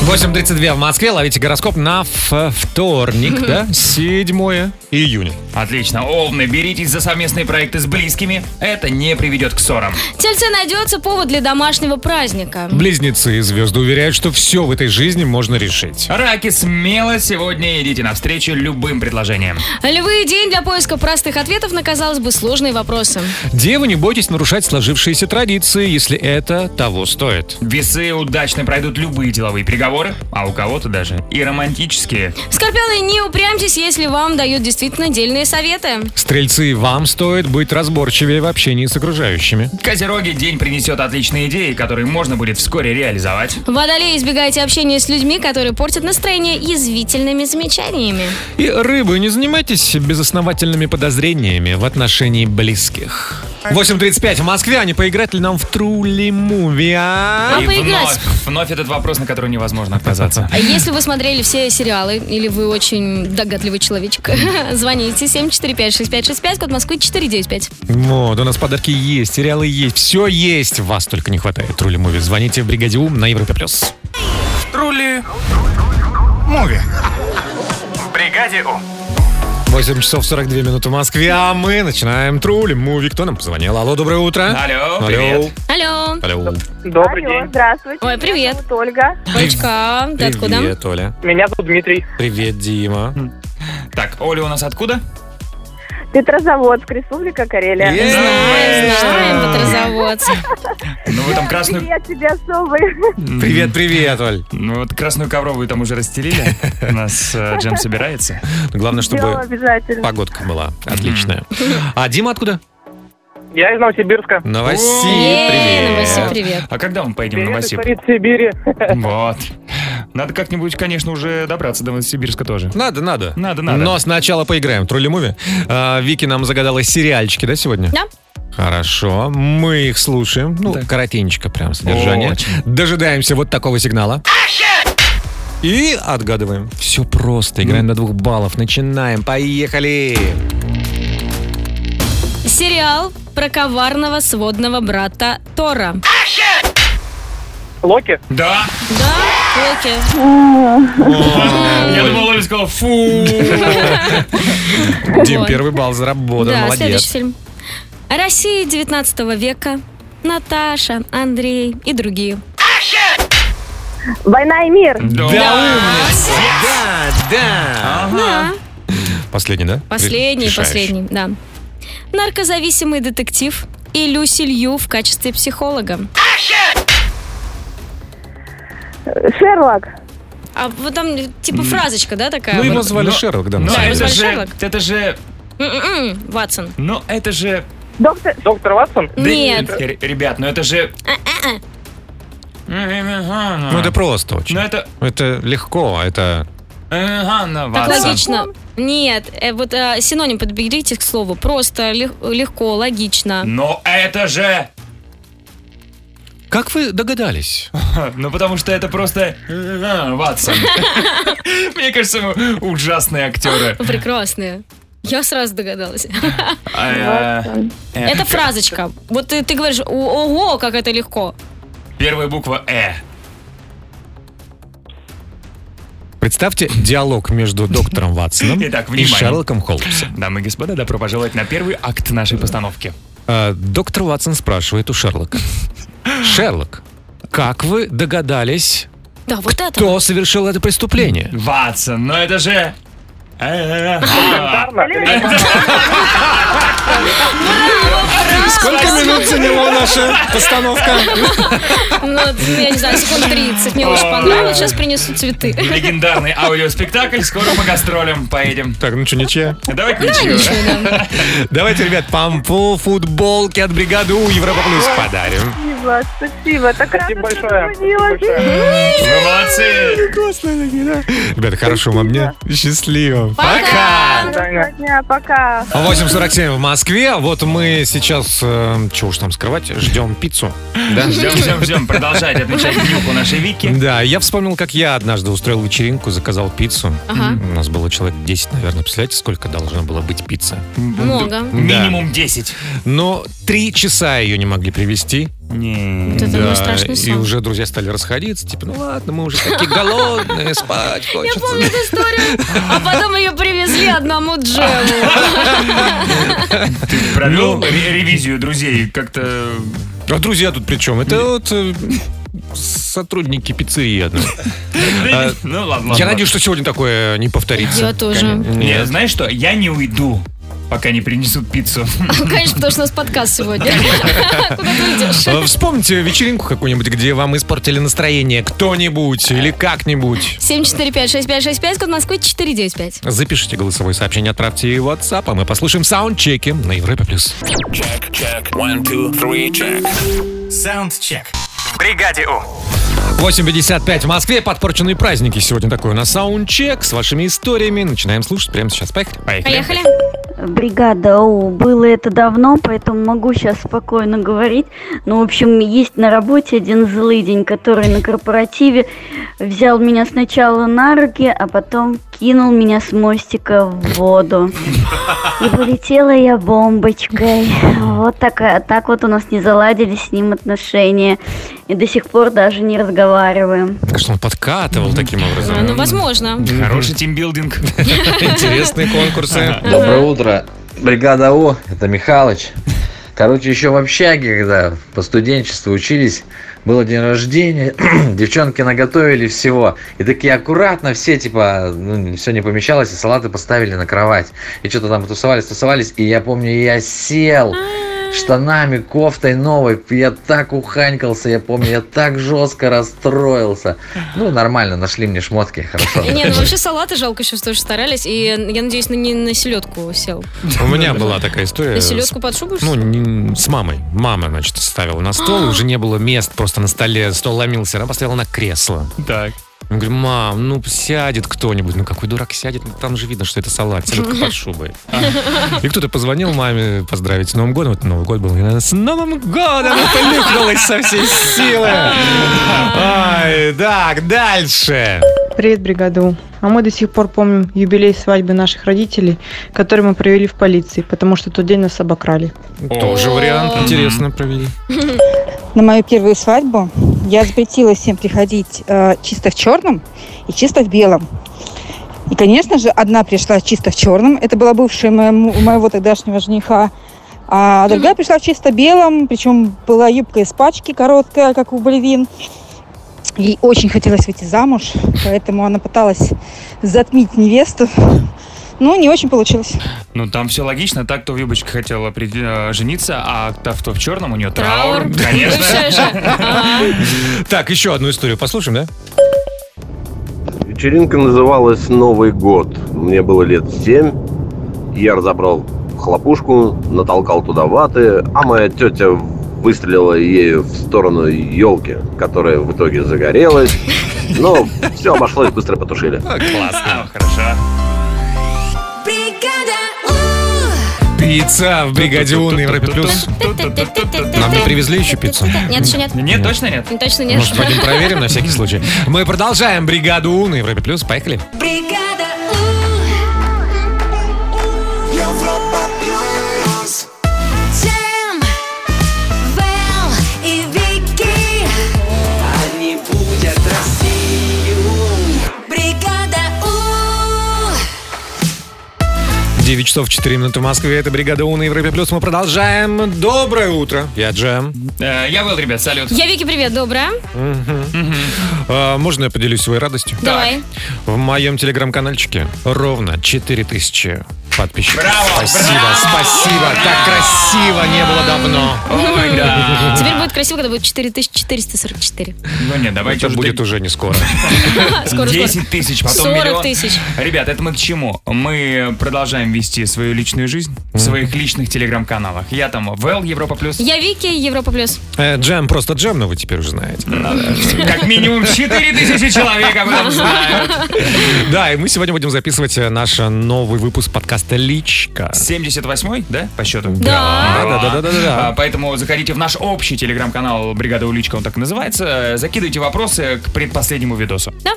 S3: 8.32 в Москве. Ловите гороскоп на ф- (laughs) вторник, да? 7 июня.
S4: Отлично. Овны, беритесь за совместные проекты с близкими. Это не приведет к ссорам.
S5: Тельце найдется повод для домашнего праздника.
S3: Близнецы и звезды уверяют, что все в этой жизни можно решить.
S4: Раки, смело сегодня идите навстречу любым предложениям.
S5: Львы день для поиска простых ответов на, казалось бы, сложные вопросы.
S3: Девы, не бойтесь нарушать сложившиеся традиции, если это того стоит.
S4: Весы удачно пройдут любые деловые переговоры, а у кого-то даже и романтические.
S5: Скорпионы, не упрямьтесь, если вам дают действительно дельные советы.
S3: Стрельцы, вам стоит быть разборчивее в общении с окружающими.
S4: Козероги день принесет отличные идеи, которые можно будет вскоре реализовать.
S5: Водолеи, избегайте общения с людьми, которые портят настроение язвительными замечаниями.
S3: И рыбы, не занимайтесь безосновательными подозрениями в отношении близких. 8.35 в Москве, а не поиграть ли нам в Трули Мувиа?
S4: и
S5: поиграть?
S4: вновь, вновь этот вопрос, на который невозможно отказаться.
S5: А Если вы смотрели все сериалы, или вы очень догадливый человечек, (laughs) звоните 745-6565, код Москвы 495.
S3: Вот, у нас подарки есть, сериалы есть, все есть. Вас только не хватает, Трули Муви. Звоните в Бригаде Ум на Европе+. плюс.
S1: Трули. Муви. В бригаде У.
S3: 8 часов 42 минуты в Москве, а мы начинаем Трули Муви. Кто нам позвонил? Алло, доброе утро.
S4: Алло,
S3: Алло.
S4: привет.
S5: Алло.
S3: Алло.
S14: Добрый
S9: Алло,
S14: день.
S9: здравствуйте.
S5: Ой, привет.
S9: Меня зовут Ольга.
S5: Олечка, ты откуда?
S3: Привет, Оля.
S14: Меня зовут Дмитрий.
S3: Привет, Дима.
S4: Так, Оля у нас откуда?
S9: Петрозаводск, Республика Карелия.
S3: Е-
S5: Знаем, знаем, Петрозаводск.
S4: Ну, вы там красную
S9: Привет тебе, особый.
S3: Привет, привет, Оль.
S4: Ну вот красную ковровую там уже расстелили. У нас э, Джем собирается.
S3: Главное,
S9: Сделаю
S3: чтобы
S9: обязательно.
S3: погодка была отличная. А Дима откуда?
S14: Я из Новосибирска.
S3: Новосиб,
S5: Ей,
S3: привет.
S5: Новосиб, ну, привет.
S4: А когда мы поедем в
S14: Привет, из
S4: Новосиб?
S14: столицы Сибири.
S4: Вот. Надо как-нибудь, конечно, уже добраться до Новосибирска тоже.
S3: Надо, надо.
S4: Надо, надо.
S3: Но сначала поиграем. Трули Муви. А, Вики нам загадала сериальчики, да, сегодня?
S5: Да.
S3: Хорошо. Мы их слушаем. Ну, коротенечко прям содержание.
S4: Очень.
S3: Дожидаемся вот такого сигнала. И отгадываем. Все просто. Играем на двух баллов. Начинаем. Поехали.
S5: Сериал про коварного сводного брата Тора.
S14: Локи.
S4: Да.
S5: Да, Локи.
S4: Я думал, Оля сказала, фу.
S3: Дим,
S5: Вот.
S3: первый балл заработан.
S5: Да, следующий
S3: Молодец.
S5: фильм. Россия 19 века. Наташа, Андрей и другие.
S9: Война и мир.
S4: Да.
S3: умница. Да, да.
S5: Да.
S3: Последний, да?
S5: Последний,
S3: Решающий.
S5: последний, да. Наркозависимый детектив и Люси Лью в качестве психолога.
S9: Шерлок.
S5: А вот там типа
S4: М.
S5: фразочка, да, такая?
S3: Ну,
S5: вот?
S3: его звали Шерлок, да, на
S4: но
S3: самом
S4: это
S3: деле.
S4: же,
S5: Шерлок?
S4: это же,
S5: М-м-м, Ватсон.
S4: но это же...
S9: Доктор,
S14: доктор Ватсон?
S4: Да
S5: Нет.
S4: р- Ребят, ну это же...
S3: Ну, это просто очень.
S4: Ну это...
S3: Это легко, это...
S4: Анна
S5: Так
S4: Ватсон.
S5: логично. Нет, э, вот э, синоним подберите к слову. Просто, лег- легко, логично.
S4: Но это же... (laughs)
S3: Как вы догадались?
S4: Ну потому что это просто... Анна
S5: (laughs)
S4: Ватсон. Мне кажется, мы ужасные актеры.
S5: Вы Прекрасные. Я сразу догадалась.
S4: А, э,
S5: Это фразочка. Вот ты, ты говоришь, «О- ого, как это легко.
S4: Первая буква «Э».
S3: Представьте диалог между доктором (laughs) Ватсоном
S4: Итак,
S3: и
S4: внимание.
S3: Шерлоком Холмсом.
S4: Дамы и господа, добро пожаловать на первый акт нашей постановки.
S3: Э, Доктор Ватсон спрашивает у Шерлока. Шерлок, как вы догадались,
S5: Да, вот это.
S3: кто совершил это преступление?
S4: Ватсон, но это же... Э, а.
S3: Сколько минут заняла наша постановка?
S5: Ну, я не знаю, секунд 30. Мне очень понравилось. Сейчас принесу цветы.
S4: Легендарный аудиоспектакль. Скоро по гастролям поедем.
S3: Так, ну что, ничья?
S4: Давайте ничего.
S3: Давайте, ребят, пам по футболке от бригады У Европа Плюс подарим.
S9: Спасибо, спасибо. Так рада, что позвонила.
S4: Вы молодцы.
S3: Ребята, хорошего вам дня. Счастливо.
S4: Пока.
S9: дня, пока.
S3: 8.47 в Москве. А Вот мы сейчас, э, чего уж там скрывать, ждем пиццу. Да?
S4: Ждем, ждем, ждем. Продолжайте отмечать днюху нашей Вики.
S3: Да, я вспомнил, как я однажды устроил вечеринку, заказал пиццу.
S5: Ага.
S3: У нас было человек 10, наверное. Представляете, сколько должна была быть пицца?
S5: Много.
S4: Минимум 10.
S3: Но три часа ее не могли привезти.
S4: Не.
S5: Вот это мой
S3: Да,
S5: ну, страшный
S3: и
S5: сон.
S3: уже друзья стали расходиться. Типа, ну ладно, мы уже такие
S5: (laughs)
S3: голодные, спать
S5: Я
S3: хочется.
S5: помню эту историю. А потом ее привезли одному Джему.
S3: Ну.
S4: Провел ре- ревизию друзей как-то...
S3: А друзья тут при чем? Это вот э, сотрудники пиццерии одной. А,
S4: Ну ладно.
S3: Я
S4: ладно.
S3: надеюсь, что сегодня такое не
S5: Я
S3: повторится.
S5: тоже.
S4: Не,
S3: Нет.
S4: знаешь что? Я не уйду, пока не принесут пиццу.
S5: Конечно, потому что у нас подкаст сегодня. Куда ты идешь?
S3: Э, Вспомните вечеринку какую-нибудь, где вам испортили настроение кто-нибудь или как-нибудь.
S5: 745-6565, код Москвы 495.
S3: Запишите голосовое сообщение, отправьте его WhatsApp, а мы послушаем саундчеки на Европе+. плюс.
S1: Саундчек. В бригаде У.
S3: 8.55 в Москве, подпорченные праздники. Сегодня такой у нас саундчек с вашими историями. Начинаем слушать прямо сейчас. Поехали.
S5: Поехали.
S11: Бригада У. Было это давно, поэтому могу сейчас спокойно говорить. Ну, в общем, есть на работе один злыдень, который на корпоративе взял меня сначала на руки, а потом кинул меня с мостика в воду. И полетела я бомбочкой. Вот такая, так вот у нас не заладились с ним отношения. И до сих пор даже не разговариваем.
S3: Как что он подкатывал таким (laughs)
S5: А,
S3: образом.
S5: Ну, возможно.
S4: Хороший тимбилдинг.
S3: Интересные конкурсы.
S15: Доброе утро. Бригада О, это Михалыч. Короче, еще в общаге, когда по студенчеству учились, было день рождения, (clears throat) девчонки наготовили всего. И такие аккуратно все, типа, все не помещалось, и салаты поставили на кровать. И что-то там тусовались, тусовались, и я помню, я сел штанами, кофтой новой. Я так уханькался, я помню, я так жестко расстроился. Ну, нормально, нашли мне шмотки, хорошо.
S5: Не, ну вообще салаты жалко сейчас тоже старались. И я надеюсь, на- не на селедку сел.
S3: У меня была такая история.
S5: На
S3: с
S5: селедку под шубу?
S3: Ну,
S5: что ли?
S3: не- с мамой. Мама, значит, ставила на стол, и уже не было мест просто на столе, стол ломился. Она поставила на кресло.
S4: Так.
S3: Я говорю, мам, ну сядет кто-нибудь. Ну какой дурак сядет? Ну, там же видно, что это салат. Селедка под шубой. И кто-то позвонил маме поздравить с Новым годом. Вот Новый год был. И она, с Новым годом! И Понюхалась со всей силы. Ай, так, дальше.
S16: Привет, бригаду. А мы до сих пор помним юбилей свадьбы наших родителей, который мы провели в полиции, потому что тот день нас обокрали.
S3: Тоже вариант. Интересно провели.
S17: На мою первую свадьбу я запретила всем приходить э, чисто в черном и чисто в белом. И, конечно же, одна пришла чисто в черном. Это была бывшая моему- моего тогдашнего жениха. А другая пришла в чисто белом, причем была юбка из пачки короткая, как у балерин. Ей очень хотелось выйти замуж, поэтому она пыталась затмить невесту. Но не очень получилось.
S4: Ну, там все логично. Так, кто в юбочке хотел определ- э, жениться, а та, кто в черном, у нее траур.
S5: Траур. Ну,
S4: Конечно.
S5: А, Бывшая же. Ага.
S3: Так, еще одну историю послушаем, да?
S13: Вечеринка называлась «Новый год». Мне было лет семь. Я разобрал хлопушку, натолкал туда ваты, а моя тетя выстрелила ею в сторону елки, которая в итоге загорелась. Но все обошлось, быстро потушили.
S4: Классно, хорошо.
S3: Пицца в бригаде У на Европе Плюс. Нам не привезли еще пиццу?
S5: Нет, еще нет.
S3: Нет, точно
S4: нет?
S5: Точно нет.
S3: Может, пойдем проверим на всякий случай. Мы продолжаем бригаду У на Европе Плюс. Поехали.
S2: Бригада У. Европа плюс. Сэм, Вэл и Вики. Они будут Россию. Бригада У.
S3: 9 часов 4 минуты в Москве. Это бригада У на Европе Плюс. Мы продолжаем. Доброе утро. Я Джем.
S4: Э, Я был, ребят, салют.
S5: Я Вики, привет, доброе.
S3: Мгм. А, Можно я поделюсь своей радостью?
S5: Давай.
S3: В моем телеграм-канальчике ровно 4000 подписчиков. спасибо, спасибо. Так красиво не было давно.
S4: Ой, да.
S5: Теперь будет красиво, когда будет 4444.
S4: Ну нет, давайте
S3: Это будет уже не скоро.
S5: Скоро, скоро.
S4: 10 тысяч, потом
S5: 40
S4: миллион.
S5: тысяч.
S4: Ребят, это мы к чему? Мы продолжаем вести свою личную жизнь в своих личных телеграм-каналах. Я там Вэл Европа Плюс.
S5: Я Вики, Европа Плюс.
S3: Э, Джем просто джем, но вы теперь уже знаете.
S4: Как минимум 4 тысячи человек об этом знают.
S5: (laughs)
S3: Да, и мы сегодня будем записывать э, наш э, новый выпуск подкаста «Личка».
S4: 78-й, да, по счету?
S3: Да. Да, да, да, да, да, да.
S4: А, Поэтому заходите в наш общий телеграм-канал «Бригада Уличка», он так и называется. Э, Закидывайте вопросы к предпоследнему видосу.
S5: Да.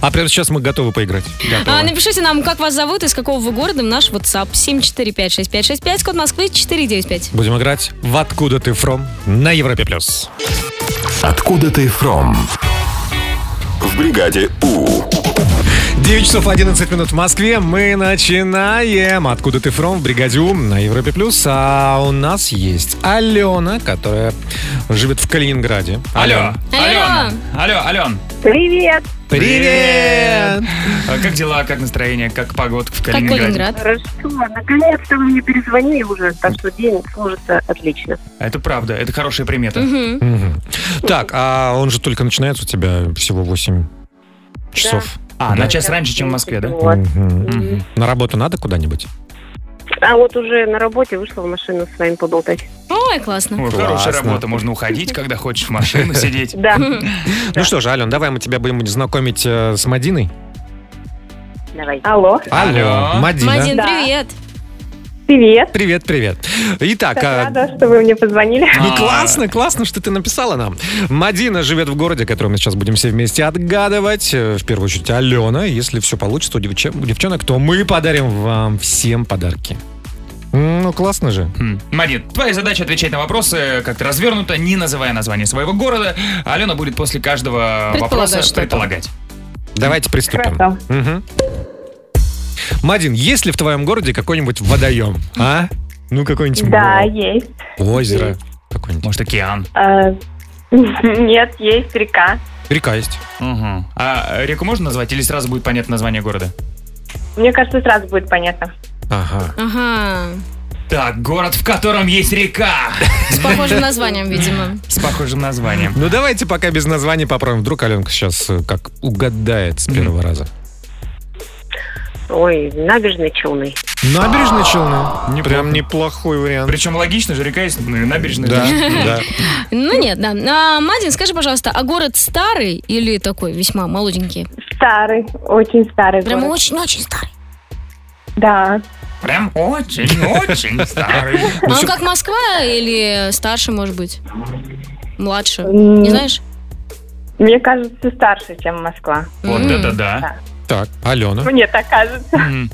S3: А прямо сейчас мы готовы поиграть.
S5: А, напишите нам, как вас зовут, из какого вы города, в наш WhatsApp 7456565, код Москвы 495.
S3: Будем играть в «Откуда ты фром» на Европе+. плюс.
S6: Откуда ты фром? В бригаде У.
S3: 9 часов 11 минут в Москве. Мы начинаем. Откуда ты фром? В бригаде У на Европе плюс. А у нас есть Алена, которая живет в Калининграде.
S4: Алло. Алена. Алло, Ален.
S18: Привет!
S3: Привет!
S4: А Как дела, как настроение, как погодка в Калининграде?
S18: Хорошо, наконец-то вы мне перезвонили уже, так что день служится отлично.
S4: А Это правда, это хорошая примета.
S3: Мгм. Так, а он же только начинается у тебя всего 8 часов.
S4: А, на час раньше, чем в Москве, да?
S3: Мгм. На работу надо куда-нибудь?
S18: А вот уже на работе вышла в машину с вами поболтать.
S5: Ой, классно.
S4: Ой,
S3: Классно.
S4: хорошая работа, можно уходить, когда хочешь, в машину сидеть.
S18: Да.
S3: Ну что же, Ален, давай мы тебя будем знакомить э, с Мадиной.
S18: Давай. Алло.
S3: Алло, Мадина.
S5: Мадин,
S18: Да.
S5: привет.
S18: Привет.
S3: Привет, привет. Итак, а,
S18: Рада, что вы мне позвонили.
S3: ну классно, классно, что ты написала нам. Мадина живет в городе, который мы сейчас будем все вместе отгадывать. Э, В первую очередь Алена. Если все получится у девча- у девчонок, то мы подарим вам всем подарки. М, Ну, классно же.
S4: Марин, твоя задача отвечать на вопросы как-то развернуто, не называя название своего города. Алена будет после каждого
S3: Предполагать
S4: вопроса
S3: что-то.
S4: предполагать.
S3: Давайте приступим.
S4: Хорошо.
S3: Мгм. Мадин, есть ли в твоем городе какой-нибудь водоем? А? Ну, какой-нибудь
S18: Да, есть.
S3: озеро. Какой-нибудь.
S4: Может, океан.
S18: А, Нет, есть река.
S3: Река есть.
S4: А реку можно назвать или сразу будет понятно название города?
S18: Мне кажется, сразу будет понятно.
S3: Ага.
S5: Ага.
S4: Так, город, в котором есть река.
S5: С похожим названием, видимо.
S4: (laughs) С похожим названием.
S3: Ну, давайте пока без названий попробуем. Вдруг Аленка сейчас э, как угадает с первого раза.
S18: Ой, набережной Челны.
S3: Набережные Челны. Прям неплохой вариант.
S4: Причем логично же, река есть ну, и набережная.
S3: Да,
S4: же.
S3: да.
S5: Ну нет, да. А, Мадин, скажи, пожалуйста, а город старый или такой весьма молоденький?
S18: Старый, очень старый
S5: Прям
S18: город.
S5: очень-очень старый.
S18: Да.
S4: Прям (laughs) очень-очень старый.
S5: А он как Москва или старше, может быть? Младше? Не знаешь?
S18: Мне кажется, старше, чем Москва.
S4: Вот это да.
S3: Так, Алена.
S18: Мне так кажется. М,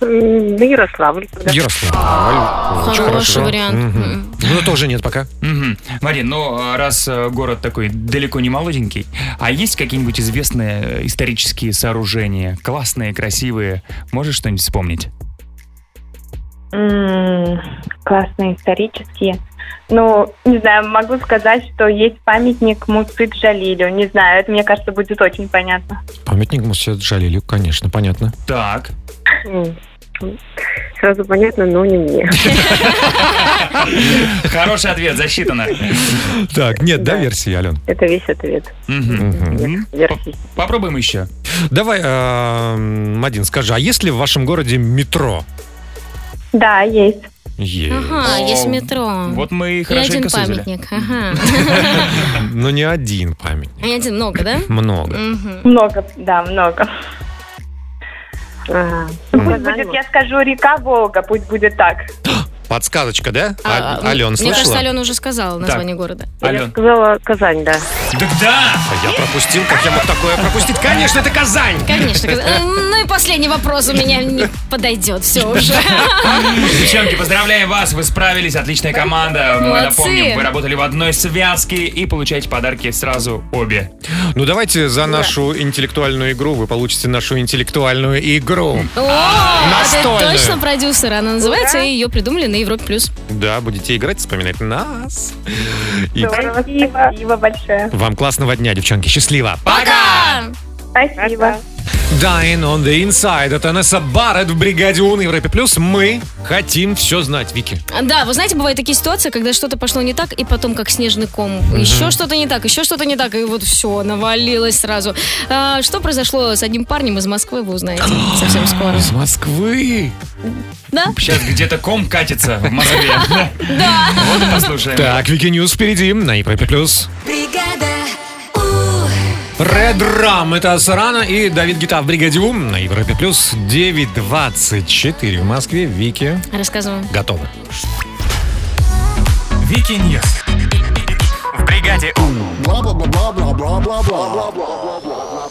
S18: Ну, Ярославль. тогда.
S3: Ярославль.
S18: Хороший
S3: Очень хорошо.
S18: вариант.
S3: Мгм. Ну, тоже нет пока.
S4: Мгм. Марин, ну а раз э, город такой далеко не молоденький, а есть какие-нибудь известные э, исторические сооружения, классные, красивые? Можешь что-нибудь вспомнить?
S18: М, Классные, исторические. Ну, не знаю, могу сказать, что есть памятник Муцик Жалилю. Не знаю, это, мне кажется, будет очень понятно.
S3: Памятник Мусет Джалилю, конечно, понятно.
S4: Так.
S18: М.
S19: Сразу понятно, но не мне.
S4: Хороший ответ, засчитано.
S3: Так, нет, до версии, Ален.
S19: Это весь ответ.
S3: Мгм.
S4: Попробуем еще.
S3: Давай, эм, Мадин, скажи, а есть ли в вашем городе метро?
S18: Да, есть.
S3: Есть.
S5: Ага, есть метро.
S4: Вот мы и
S5: И один
S4: хорошенько сузили.
S5: памятник. Ага. (laughs)
S3: Но не один памятник,
S5: И один много, да?
S3: много.
S18: Много, да, много. Ну,
S3: Мгм.
S18: Пусть будет, я скажу, река Волга, пусть будет так.
S3: Подсказочка, да? А-
S5: А,
S3: Алена
S5: Мне кажется,
S3: слышала?
S5: Алена уже сказала название города.
S3: Ален.
S19: Сказала Казань, да.
S4: Да!
S3: А Я пропустил, как я мог такое
S4: (laughs)
S3: пропустить? Конечно, это Казань!
S5: (laughs) Конечно. Каз- Э, Ну и последний вопрос у меня не подойдет все уже.
S4: Девчонки, поздравляем вас, вы справились, отличная команда. Мы
S5: Молодцы.
S4: напомним, вы работали в одной связке и получаете подарки сразу обе.
S3: Ну давайте за нашу интеллектуальную игру вы получите нашу интеллектуальную игру.
S5: О, это
S3: Настольную.
S5: точно продюсер. Она называется, и ее придумали на Европе+. плюс.
S3: Да, будете играть, вспоминать нас. И
S18: Спасибо большое.
S3: вам классного дня, девчонки. Счастливо.
S5: Пока!
S18: Спасибо.
S3: Dying on the Inside. Это Анесса Барретт в бригаде У на Европе Плюс. Мы хотим все знать, Вики.
S5: Да, вы знаете, бывают такие ситуации, когда что-то пошло не так, и потом как снежный ком.
S3: Мгм.
S5: Еще что-то не так, еще что-то не так, и вот все, навалилось сразу. А, что произошло с одним парнем из Москвы, вы узнаете совсем скоро.
S3: Из Москвы.
S5: Да?
S4: Сейчас где-то ком катится в Москве.
S5: (laughs) Да.
S4: Вот и послушаем.
S3: Так, Вики Ньюс впереди на Европе Плюс.
S2: Бригада
S3: Red Rum, это Сарана и Давид Гита в бригаде У на Европе Плюс. 9.24 в Москве. Вики
S5: Рассказываем.
S3: готова.
S1: Вики Ньюс. В бригаде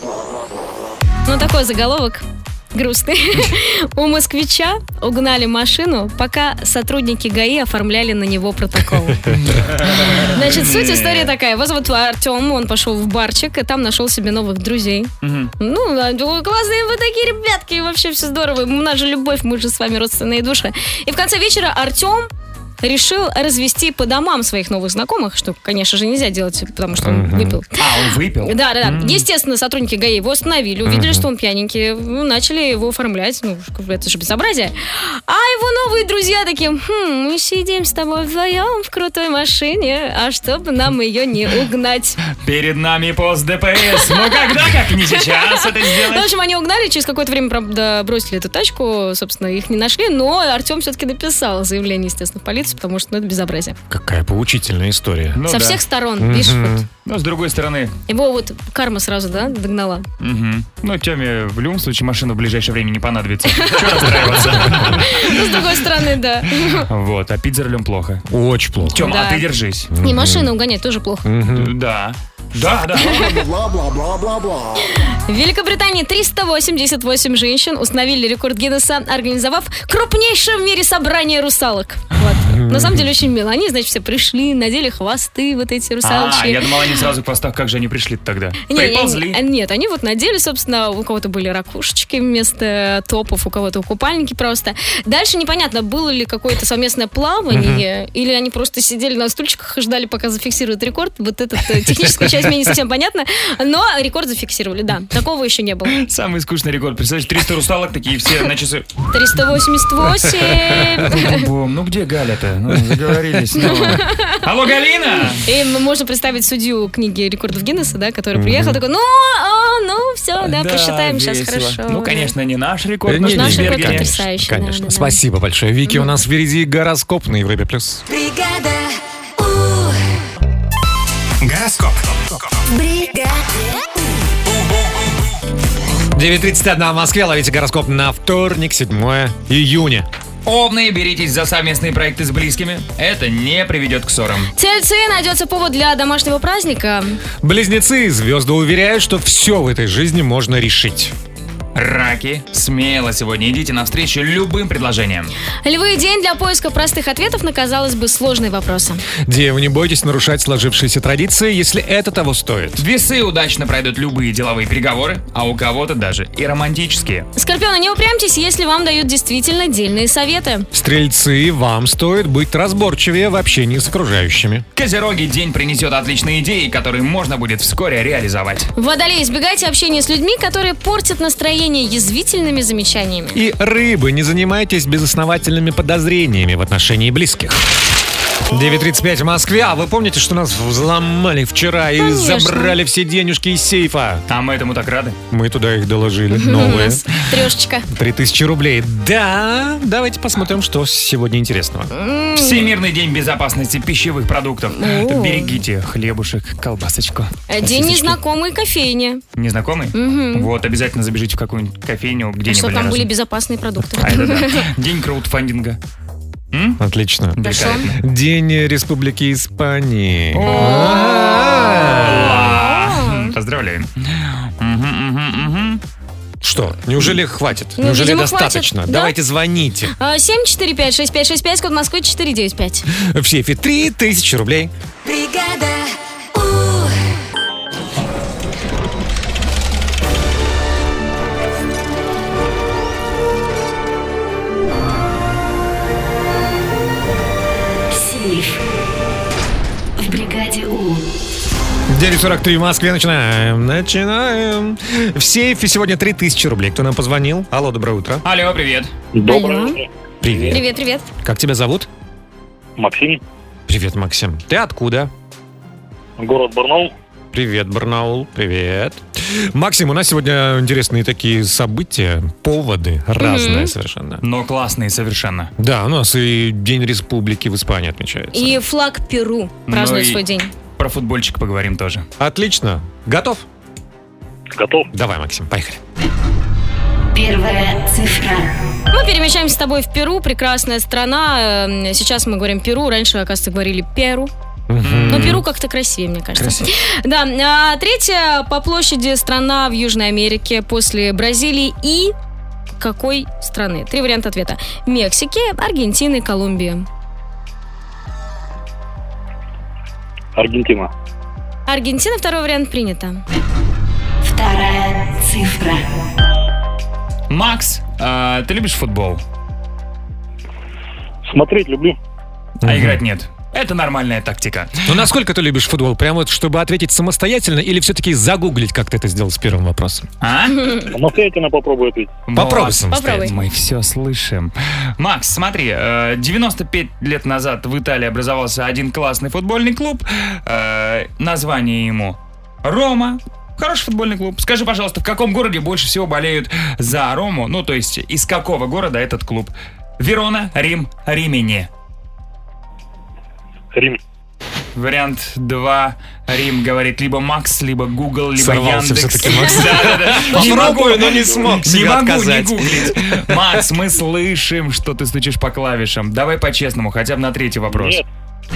S5: Ну, такой заголовок. Грустный. У москвича угнали машину, пока сотрудники ГАИ оформляли на него протокол. Значит, суть истории такая. Его зовут Артем, он пошел в барчик, и там нашел себе новых друзей. Ну, да, «Ой, классные вы такие ребятки, и вообще все здорово. У нас же любовь, мы же с вами родственные души. И в конце вечера Артем решил развести по домам своих новых знакомых, что, конечно же, нельзя делать, потому что он
S4: Мгм.
S5: выпил.
S4: А, он выпил?
S5: Да, да, да. Естественно, сотрудники ГАИ его остановили, увидели,
S4: Мгм.
S5: что он пьяненький, ну, начали его оформлять. Ну, это же безобразие. А его новые друзья такие, «Хм, мы сидим с тобой вдвоем в крутой машине, а чтобы нам ее не угнать.
S4: Перед нами пост ДПС. Ну когда, как не сейчас это
S5: Ну, в
S4: сделать?
S5: общем, они угнали, через какое-то время, правда, бросили эту тачку, собственно, их не нашли, но Артем все-таки написал заявление, естественно, в полицию, потому что, ну, это безобразие.
S3: Какая поучительная история.
S4: Ну
S5: Со
S4: да.
S5: всех сторон, видишь,
S3: Мгм.
S5: вот.
S4: Но с другой стороны,
S5: Его вот карма сразу, да, догнала.
S4: мгм. ну Теме в любом случае машина в ближайшее время не понадобится. Чего расстраиваться?
S5: Ну, с другой стороны, да.
S4: Вот, а пить за рулем плохо.
S3: Очень плохо.
S4: Тем,
S5: Да.
S4: а ты держись.
S5: И машину угонять тоже плохо.
S4: Да. Да,
S5: (laughs)
S4: да.
S5: В Великобритании 388 женщин установили рекорд Гиннесса, организовав крупнейшее в мире собрание русалок. Вот. На самом деле очень мило. Они, значит, все пришли, надели хвосты вот эти русалочки.
S4: А, я думал, они сразу к постах, как же они пришли тогда?
S5: Не, не,
S4: Приползли.
S5: не, нет, они вот надели, собственно, у кого-то были ракушечки вместо топов, у кого-то купальники просто. Дальше непонятно, было ли какое-то совместное плавание, или они просто сидели на стульчиках и ждали, пока зафиксируют рекорд. Вот эту техническую часть мне не совсем понятно, но рекорд зафиксировали, да. Такого еще не было.
S4: Самый скучный рекорд. Представляешь, 300 русалок такие все на часы.
S5: 388.
S4: Бум-бум. Ну где Галя-то? Ну, заговорились. снова. Алло, Галина!
S5: И можно представить судью книги рекордов Гиннесса, да, который
S4: Мгм.
S5: приехал, такой, ну, а, ну, все, да, посчитаем сейчас,
S4: весело.
S5: хорошо.
S4: Ну, конечно, не наш рекорд,
S3: Э,
S4: но
S3: не,
S4: наш
S3: не, не,
S4: рекорд,
S3: конечно,
S4: конечно.
S5: потрясающий,
S3: Конечно.
S5: да, Ну. да, да.
S3: Спасибо большое. Вики, у нас впереди гороскоп на Европе Плюс.
S2: Бригада Гороскоп Бригада
S3: 9.31 в Москве. Ловите гороскоп на вторник, 7 июня.
S4: Овны, беритесь за совместные проекты с близкими. Это не приведет к ссорам.
S5: Тельцы найдется повод для домашнего праздника.
S3: Близнецы и звезды уверяют, что все в этой жизни можно решить.
S4: Раки, смело сегодня идите навстречу любым предложениям.
S5: Львы день для поиска простых ответов на, казалось бы, сложные вопросы.
S3: Девы, не бойтесь нарушать сложившиеся традиции, если это того стоит.
S4: Весы удачно пройдут любые деловые переговоры, а у кого-то даже и романтические.
S5: Скорпионы, не упрямьтесь, если вам дают действительно дельные советы.
S3: Стрельцы, вам стоит быть разборчивее в общении с окружающими.
S4: Козероги день принесет отличные идеи, которые можно будет вскоре реализовать.
S5: Водолеи, избегайте общения с людьми, которые портят настроение менее язвительными замечаниями.
S3: И рыбы, не занимайтесь безосновательными подозрениями в отношении близких. 9.35 в Москве. А вы помните, что нас взломали вчера и
S5: Конечно.
S3: забрали все денежки из сейфа?
S4: А мы этому так рады.
S3: Мы туда их доложили.
S5: У
S3: Новые.
S5: нас трешечка.
S3: 3000 рублей. Да, давайте посмотрим, что сегодня интересного.
S4: Всемирный день безопасности пищевых продуктов.
S5: О.
S4: Берегите хлебушек, колбасочку.
S5: Э, День незнакомой кофейни.
S4: Незнакомый?
S5: Мгм.
S4: Вот, обязательно забежите в какую-нибудь кофейню, где
S5: А
S4: не
S5: Что
S4: были
S5: там были
S4: разные.
S5: безопасные продукты?
S4: А, это да. День краудфандинга.
S3: Отлично.
S4: Хорошо.
S3: День Республики Испании.
S4: М, (laughs) Поздравляем. Мгм, мгм, мгм.
S3: Что? Неужели хватит?
S5: Ну,
S3: Неужели
S5: видимо,
S3: достаточно?
S5: хватит, да?
S3: Давайте звоните.
S5: (laughs) А, 745-6565, код Москвы 495.
S3: В сейфе 3000 рублей.
S2: Бригада.
S20: Сейф. В бригаде У.
S3: 9.43 в Москве. Начинаем. Начинаем. В сейфе сегодня 3000 рублей. Кто нам позвонил? Алло, доброе утро.
S4: Алло, привет.
S5: Алло.
S3: Привет.
S5: Привет, привет.
S3: Как тебя зовут?
S21: Максим,
S3: Привет, Максим. Ты откуда?
S21: город Барнаул.
S3: Привет, Барнаул. Привет. Максим, у нас сегодня интересные такие события, поводы разные
S5: Мгм.
S3: совершенно.
S4: Но классные совершенно.
S3: Да, у нас и День Республики в Испании отмечается.
S5: И флаг Перу празднует
S3: Ну и-
S5: свой день.
S4: Про футбольчик поговорим тоже.
S3: Отлично. Готов?
S21: Готов.
S3: Давай, Максим, поехали.
S20: Первая цифра.
S5: Мы перемещаемся с тобой в Перу, прекрасная страна. Эм, Сейчас мы говорим Перу, раньше, оказывается, говорили Перу. Но Перу как-то красивее, мне кажется. Да, а, третья по площади страна в Южной Америке после Бразилии и какой страны? Три варианта ответа. Мексики, Аргентины, Колумбия.
S21: Аргентина.
S5: Аргентина, второй вариант принято.
S20: Вторая цифра.
S4: Макс, а ты любишь футбол?
S21: Смотреть люблю.
S4: А играть нет. Это нормальная тактика.
S3: Ну, насколько ты любишь футбол? Прям вот, чтобы ответить самостоятельно или все-таки загуглить, как ты это сделал с первым вопросом?
S4: А?
S21: Самостоятельно попробую ответить.
S3: Попробуй
S4: Вот.
S3: самостоятельно.
S4: Мы все слышим. Макс, смотри, э, 95 лет назад в Италии образовался один классный футбольный клуб. Э, Название ему «Рома». Хороший футбольный клуб. Скажи, пожалуйста, в каком городе больше всего болеют за Рому? Ну, то есть, из какого города этот клуб? Верона, Рим, Римени.
S21: Рим.
S4: Вариант 2. Рим говорит либо Макс, либо Google, либо
S3: Сорвался
S4: Яндекс.
S3: всё-таки Макс.
S4: Да-да-да. Не
S3: Попробую,
S4: могу,
S3: но не смог
S4: Не
S3: себе
S4: могу не
S3: отказать.
S4: гуглить.
S3: (laughs)
S4: Макс, мы слышим, что ты стучишь по клавишам. Давай по-честному, хотя бы на третий вопрос.
S21: Нет,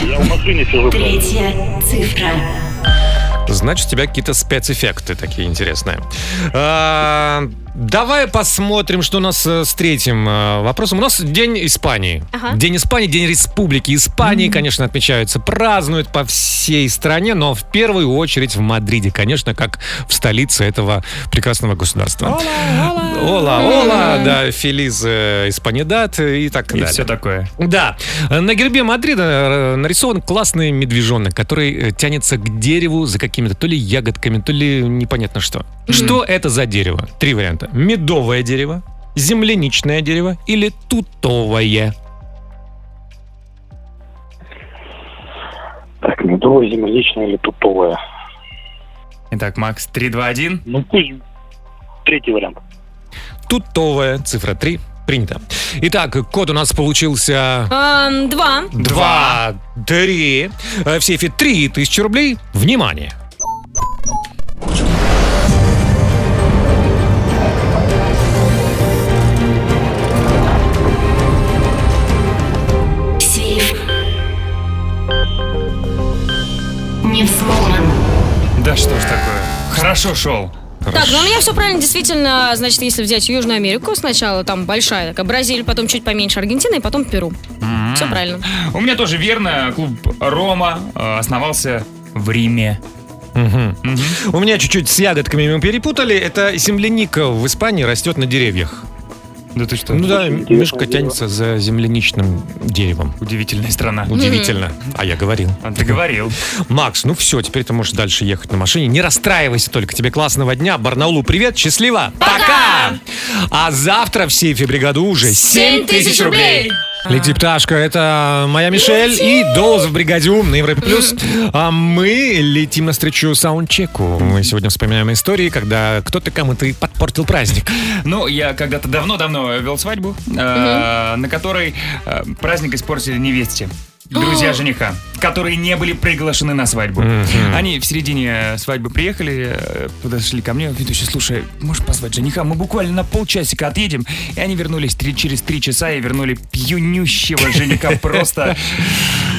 S21: я в машине сижу.
S20: Третья цифра.
S3: Значит, у тебя какие-то спецэффекты такие интересные. А, Давай посмотрим, что у нас э, с третьим э, вопросом. У нас День Испании.
S5: Ага.
S3: День Испании, День Республики Испании, конечно, отмечаются, празднуют по всей стране, но в первую очередь в Мадриде, конечно, как в столице этого прекрасного государства. Ола, ола, да, Фелиз э, Испанидат и так
S4: И
S3: далее.
S4: все такое.
S3: Да. На гербе Мадрида э, нарисован классный медвежонок, который э, тянется к дереву за какими-то то ли ягодками, то ли непонятно что. Что это за дерево? Три варианта. Медовое дерево, земляничное дерево или тутовое.
S21: Так, медовое, земляничное или тутовое?
S4: Итак, Макс, 3, 2, 1.
S21: Ну пусть третий вариант.
S3: Тутовое, цифра 3, принято. Итак, код у нас получился...
S5: Ам, Эм, Два.
S3: Два, три. Э, В сейфе три тысячи рублей. Внимание!
S20: Сейф. Не взломан.
S4: Да что ж такое. Хорошо шел.
S5: Так, ну у меня все правильно, действительно, значит, если взять Южную Америку, сначала там большая такая Бразилия, потом чуть поменьше Аргентина и потом Перу.
S4: М-м.
S5: Все правильно.
S4: У меня тоже верно. Клуб Рома э, основался в Риме.
S3: У меня чуть-чуть с ягодками мы перепутали. Это земляника в Испании растет на деревьях.
S4: Да ты что?
S3: Ну да, Мишка тянется за земляничным деревом.
S4: Удивительная страна.
S3: Удивительно. А я говорил.
S4: А ты говорил.
S3: Макс, ну все, теперь ты можешь дальше ехать на машине. Не расстраивайся только. Тебе классного дня. Барнаулу привет, счастливо. Пока! А завтра в сейфе бригаду уже 7 тысяч рублей. Лети, пташка, это моя Мишель и Долз в бригаде «Ум» на Европе+. плюс. А мы летим навстречу саундчеку. Мы сегодня вспоминаем истории, когда кто-то кому-то и подпортил праздник.
S4: Ну, я когда-то давно-давно вел свадьбу, э, на которой э, праздник испортили невесте. Друзья жениха, которые не были приглашены на свадьбу.
S3: Мгм.
S4: Они в середине э, свадьбы приехали, э, подошли ко мне, ведущий, слушай, можешь позвать жениха? Мы буквально на полчасика отъедем. И они вернулись три- через три часа и вернули пьянющего
S3: (laughs)
S4: жениха просто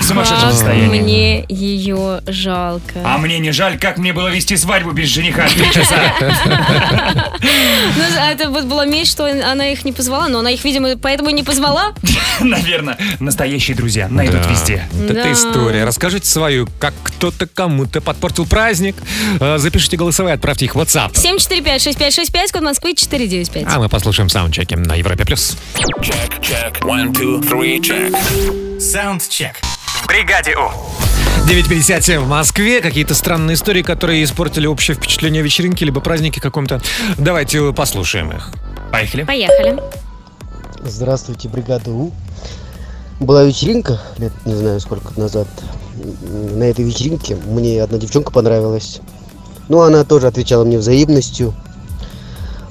S4: в сумасшедшем
S5: Как
S4: состоянии.
S5: А, Мне ее жалко.
S4: А мне не жаль, как мне было вести свадьбу
S3: (laughs)
S4: без жениха три часа.
S5: Ну, а это вот была месть, что она их не позвала, но она их, видимо, поэтому и не позвала.
S4: Наверное, настоящие друзья найдут
S3: Да.
S4: везде.
S3: Вот
S5: Да.
S3: эта история. Расскажите свою, как кто-то кому-то подпортил праздник. Э, Запишите голосовые, отправьте их в WhatsApp.
S5: 745-6565, код Москвы 495.
S3: А мы послушаем саундчеки на Европе+. плюс.
S2: Саундчек.
S1: В бригаде У.
S3: 9.57 в Москве. Какие-то странные истории, которые испортили общее впечатление вечеринки, либо праздники каком-то. Давайте послушаем их.
S4: Поехали.
S5: Поехали.
S7: Здравствуйте, бригада У. Была вечеринка, лет не знаю сколько назад. М, На этой вечеринке мне одна девчонка понравилась. Ну, она тоже отвечала мне взаимностью.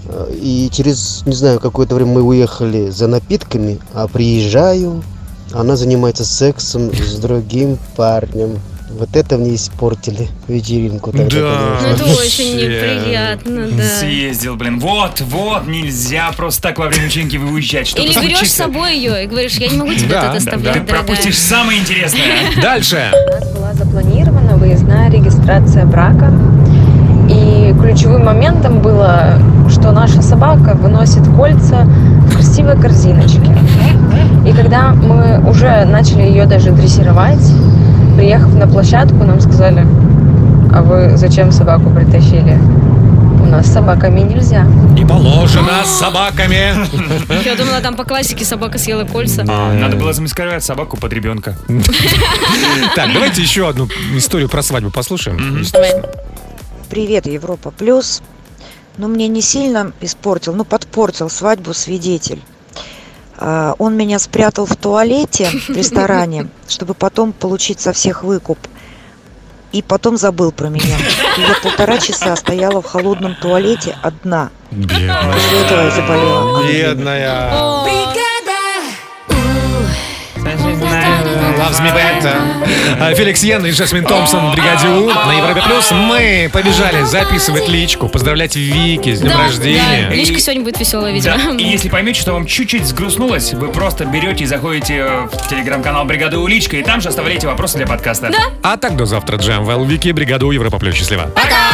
S7: Э, И через, не знаю, какое-то время мы уехали за напитками, а приезжаю, она занимается сексом с другим парнем. Вот это мне испортили вечеринку тогда,
S4: Да.
S5: Ну,
S7: конечно.
S5: это очень
S4: А, Вообще.
S5: неприятно,
S4: Э.
S5: да.
S4: Съездил, блин. Вот, вот, нельзя просто так во время вечеринки выезжать. Что-то
S5: Или берешь с
S4: случится.
S5: собой ее и говоришь, я не могу тебя
S4: Да,
S5: тут
S4: да,
S5: оставлять,
S4: да. Ты
S5: дорогая.
S4: пропустишь самое интересное.
S3: Дальше.
S22: была запланирована выездная регистрация брака. И ключевым моментом было, что наша собака выносит кольца в красивой корзиночке. И когда мы уже начали ее даже дрессировать, приехав на площадку, нам сказали, а вы зачем собаку притащили? У нас с собаками нельзя.
S3: И положено с собаками.
S5: Я думала, там по классике собака съела кольца.
S4: А, Надо было замаскировать собаку под ребенка.
S3: Так, давайте еще одну историю про свадьбу послушаем.
S23: Привет, Европа Плюс. Но мне не сильно испортил, ну подпортил свадьбу свидетель. А, Он меня спрятал в туалете в ресторане, чтобы потом получить со всех выкуп. И потом забыл про меня. И Я полтора часа стояла в холодном туалете одна. После этого я заболела.
S3: Бедная. Loves me better. А, Феликс Йен и Жасмин Томпсон в бригаде У на Европе Плюс. Мы побежали записывать личку, поздравлять Вики с днем
S5: Да,
S3: рождения.
S5: да, Мишка сегодня будет веселая, видимо.
S4: Да, И если поймете, что вам чуть-чуть сгрустнулось, вы просто берете и заходите э, в телеграм-канал Бригады Уличка, и там же оставляете вопросы для подкаста.
S3: А так до завтра, Джем. Вики, бригаду Европа Плюс. Счастливо.
S4: Пока!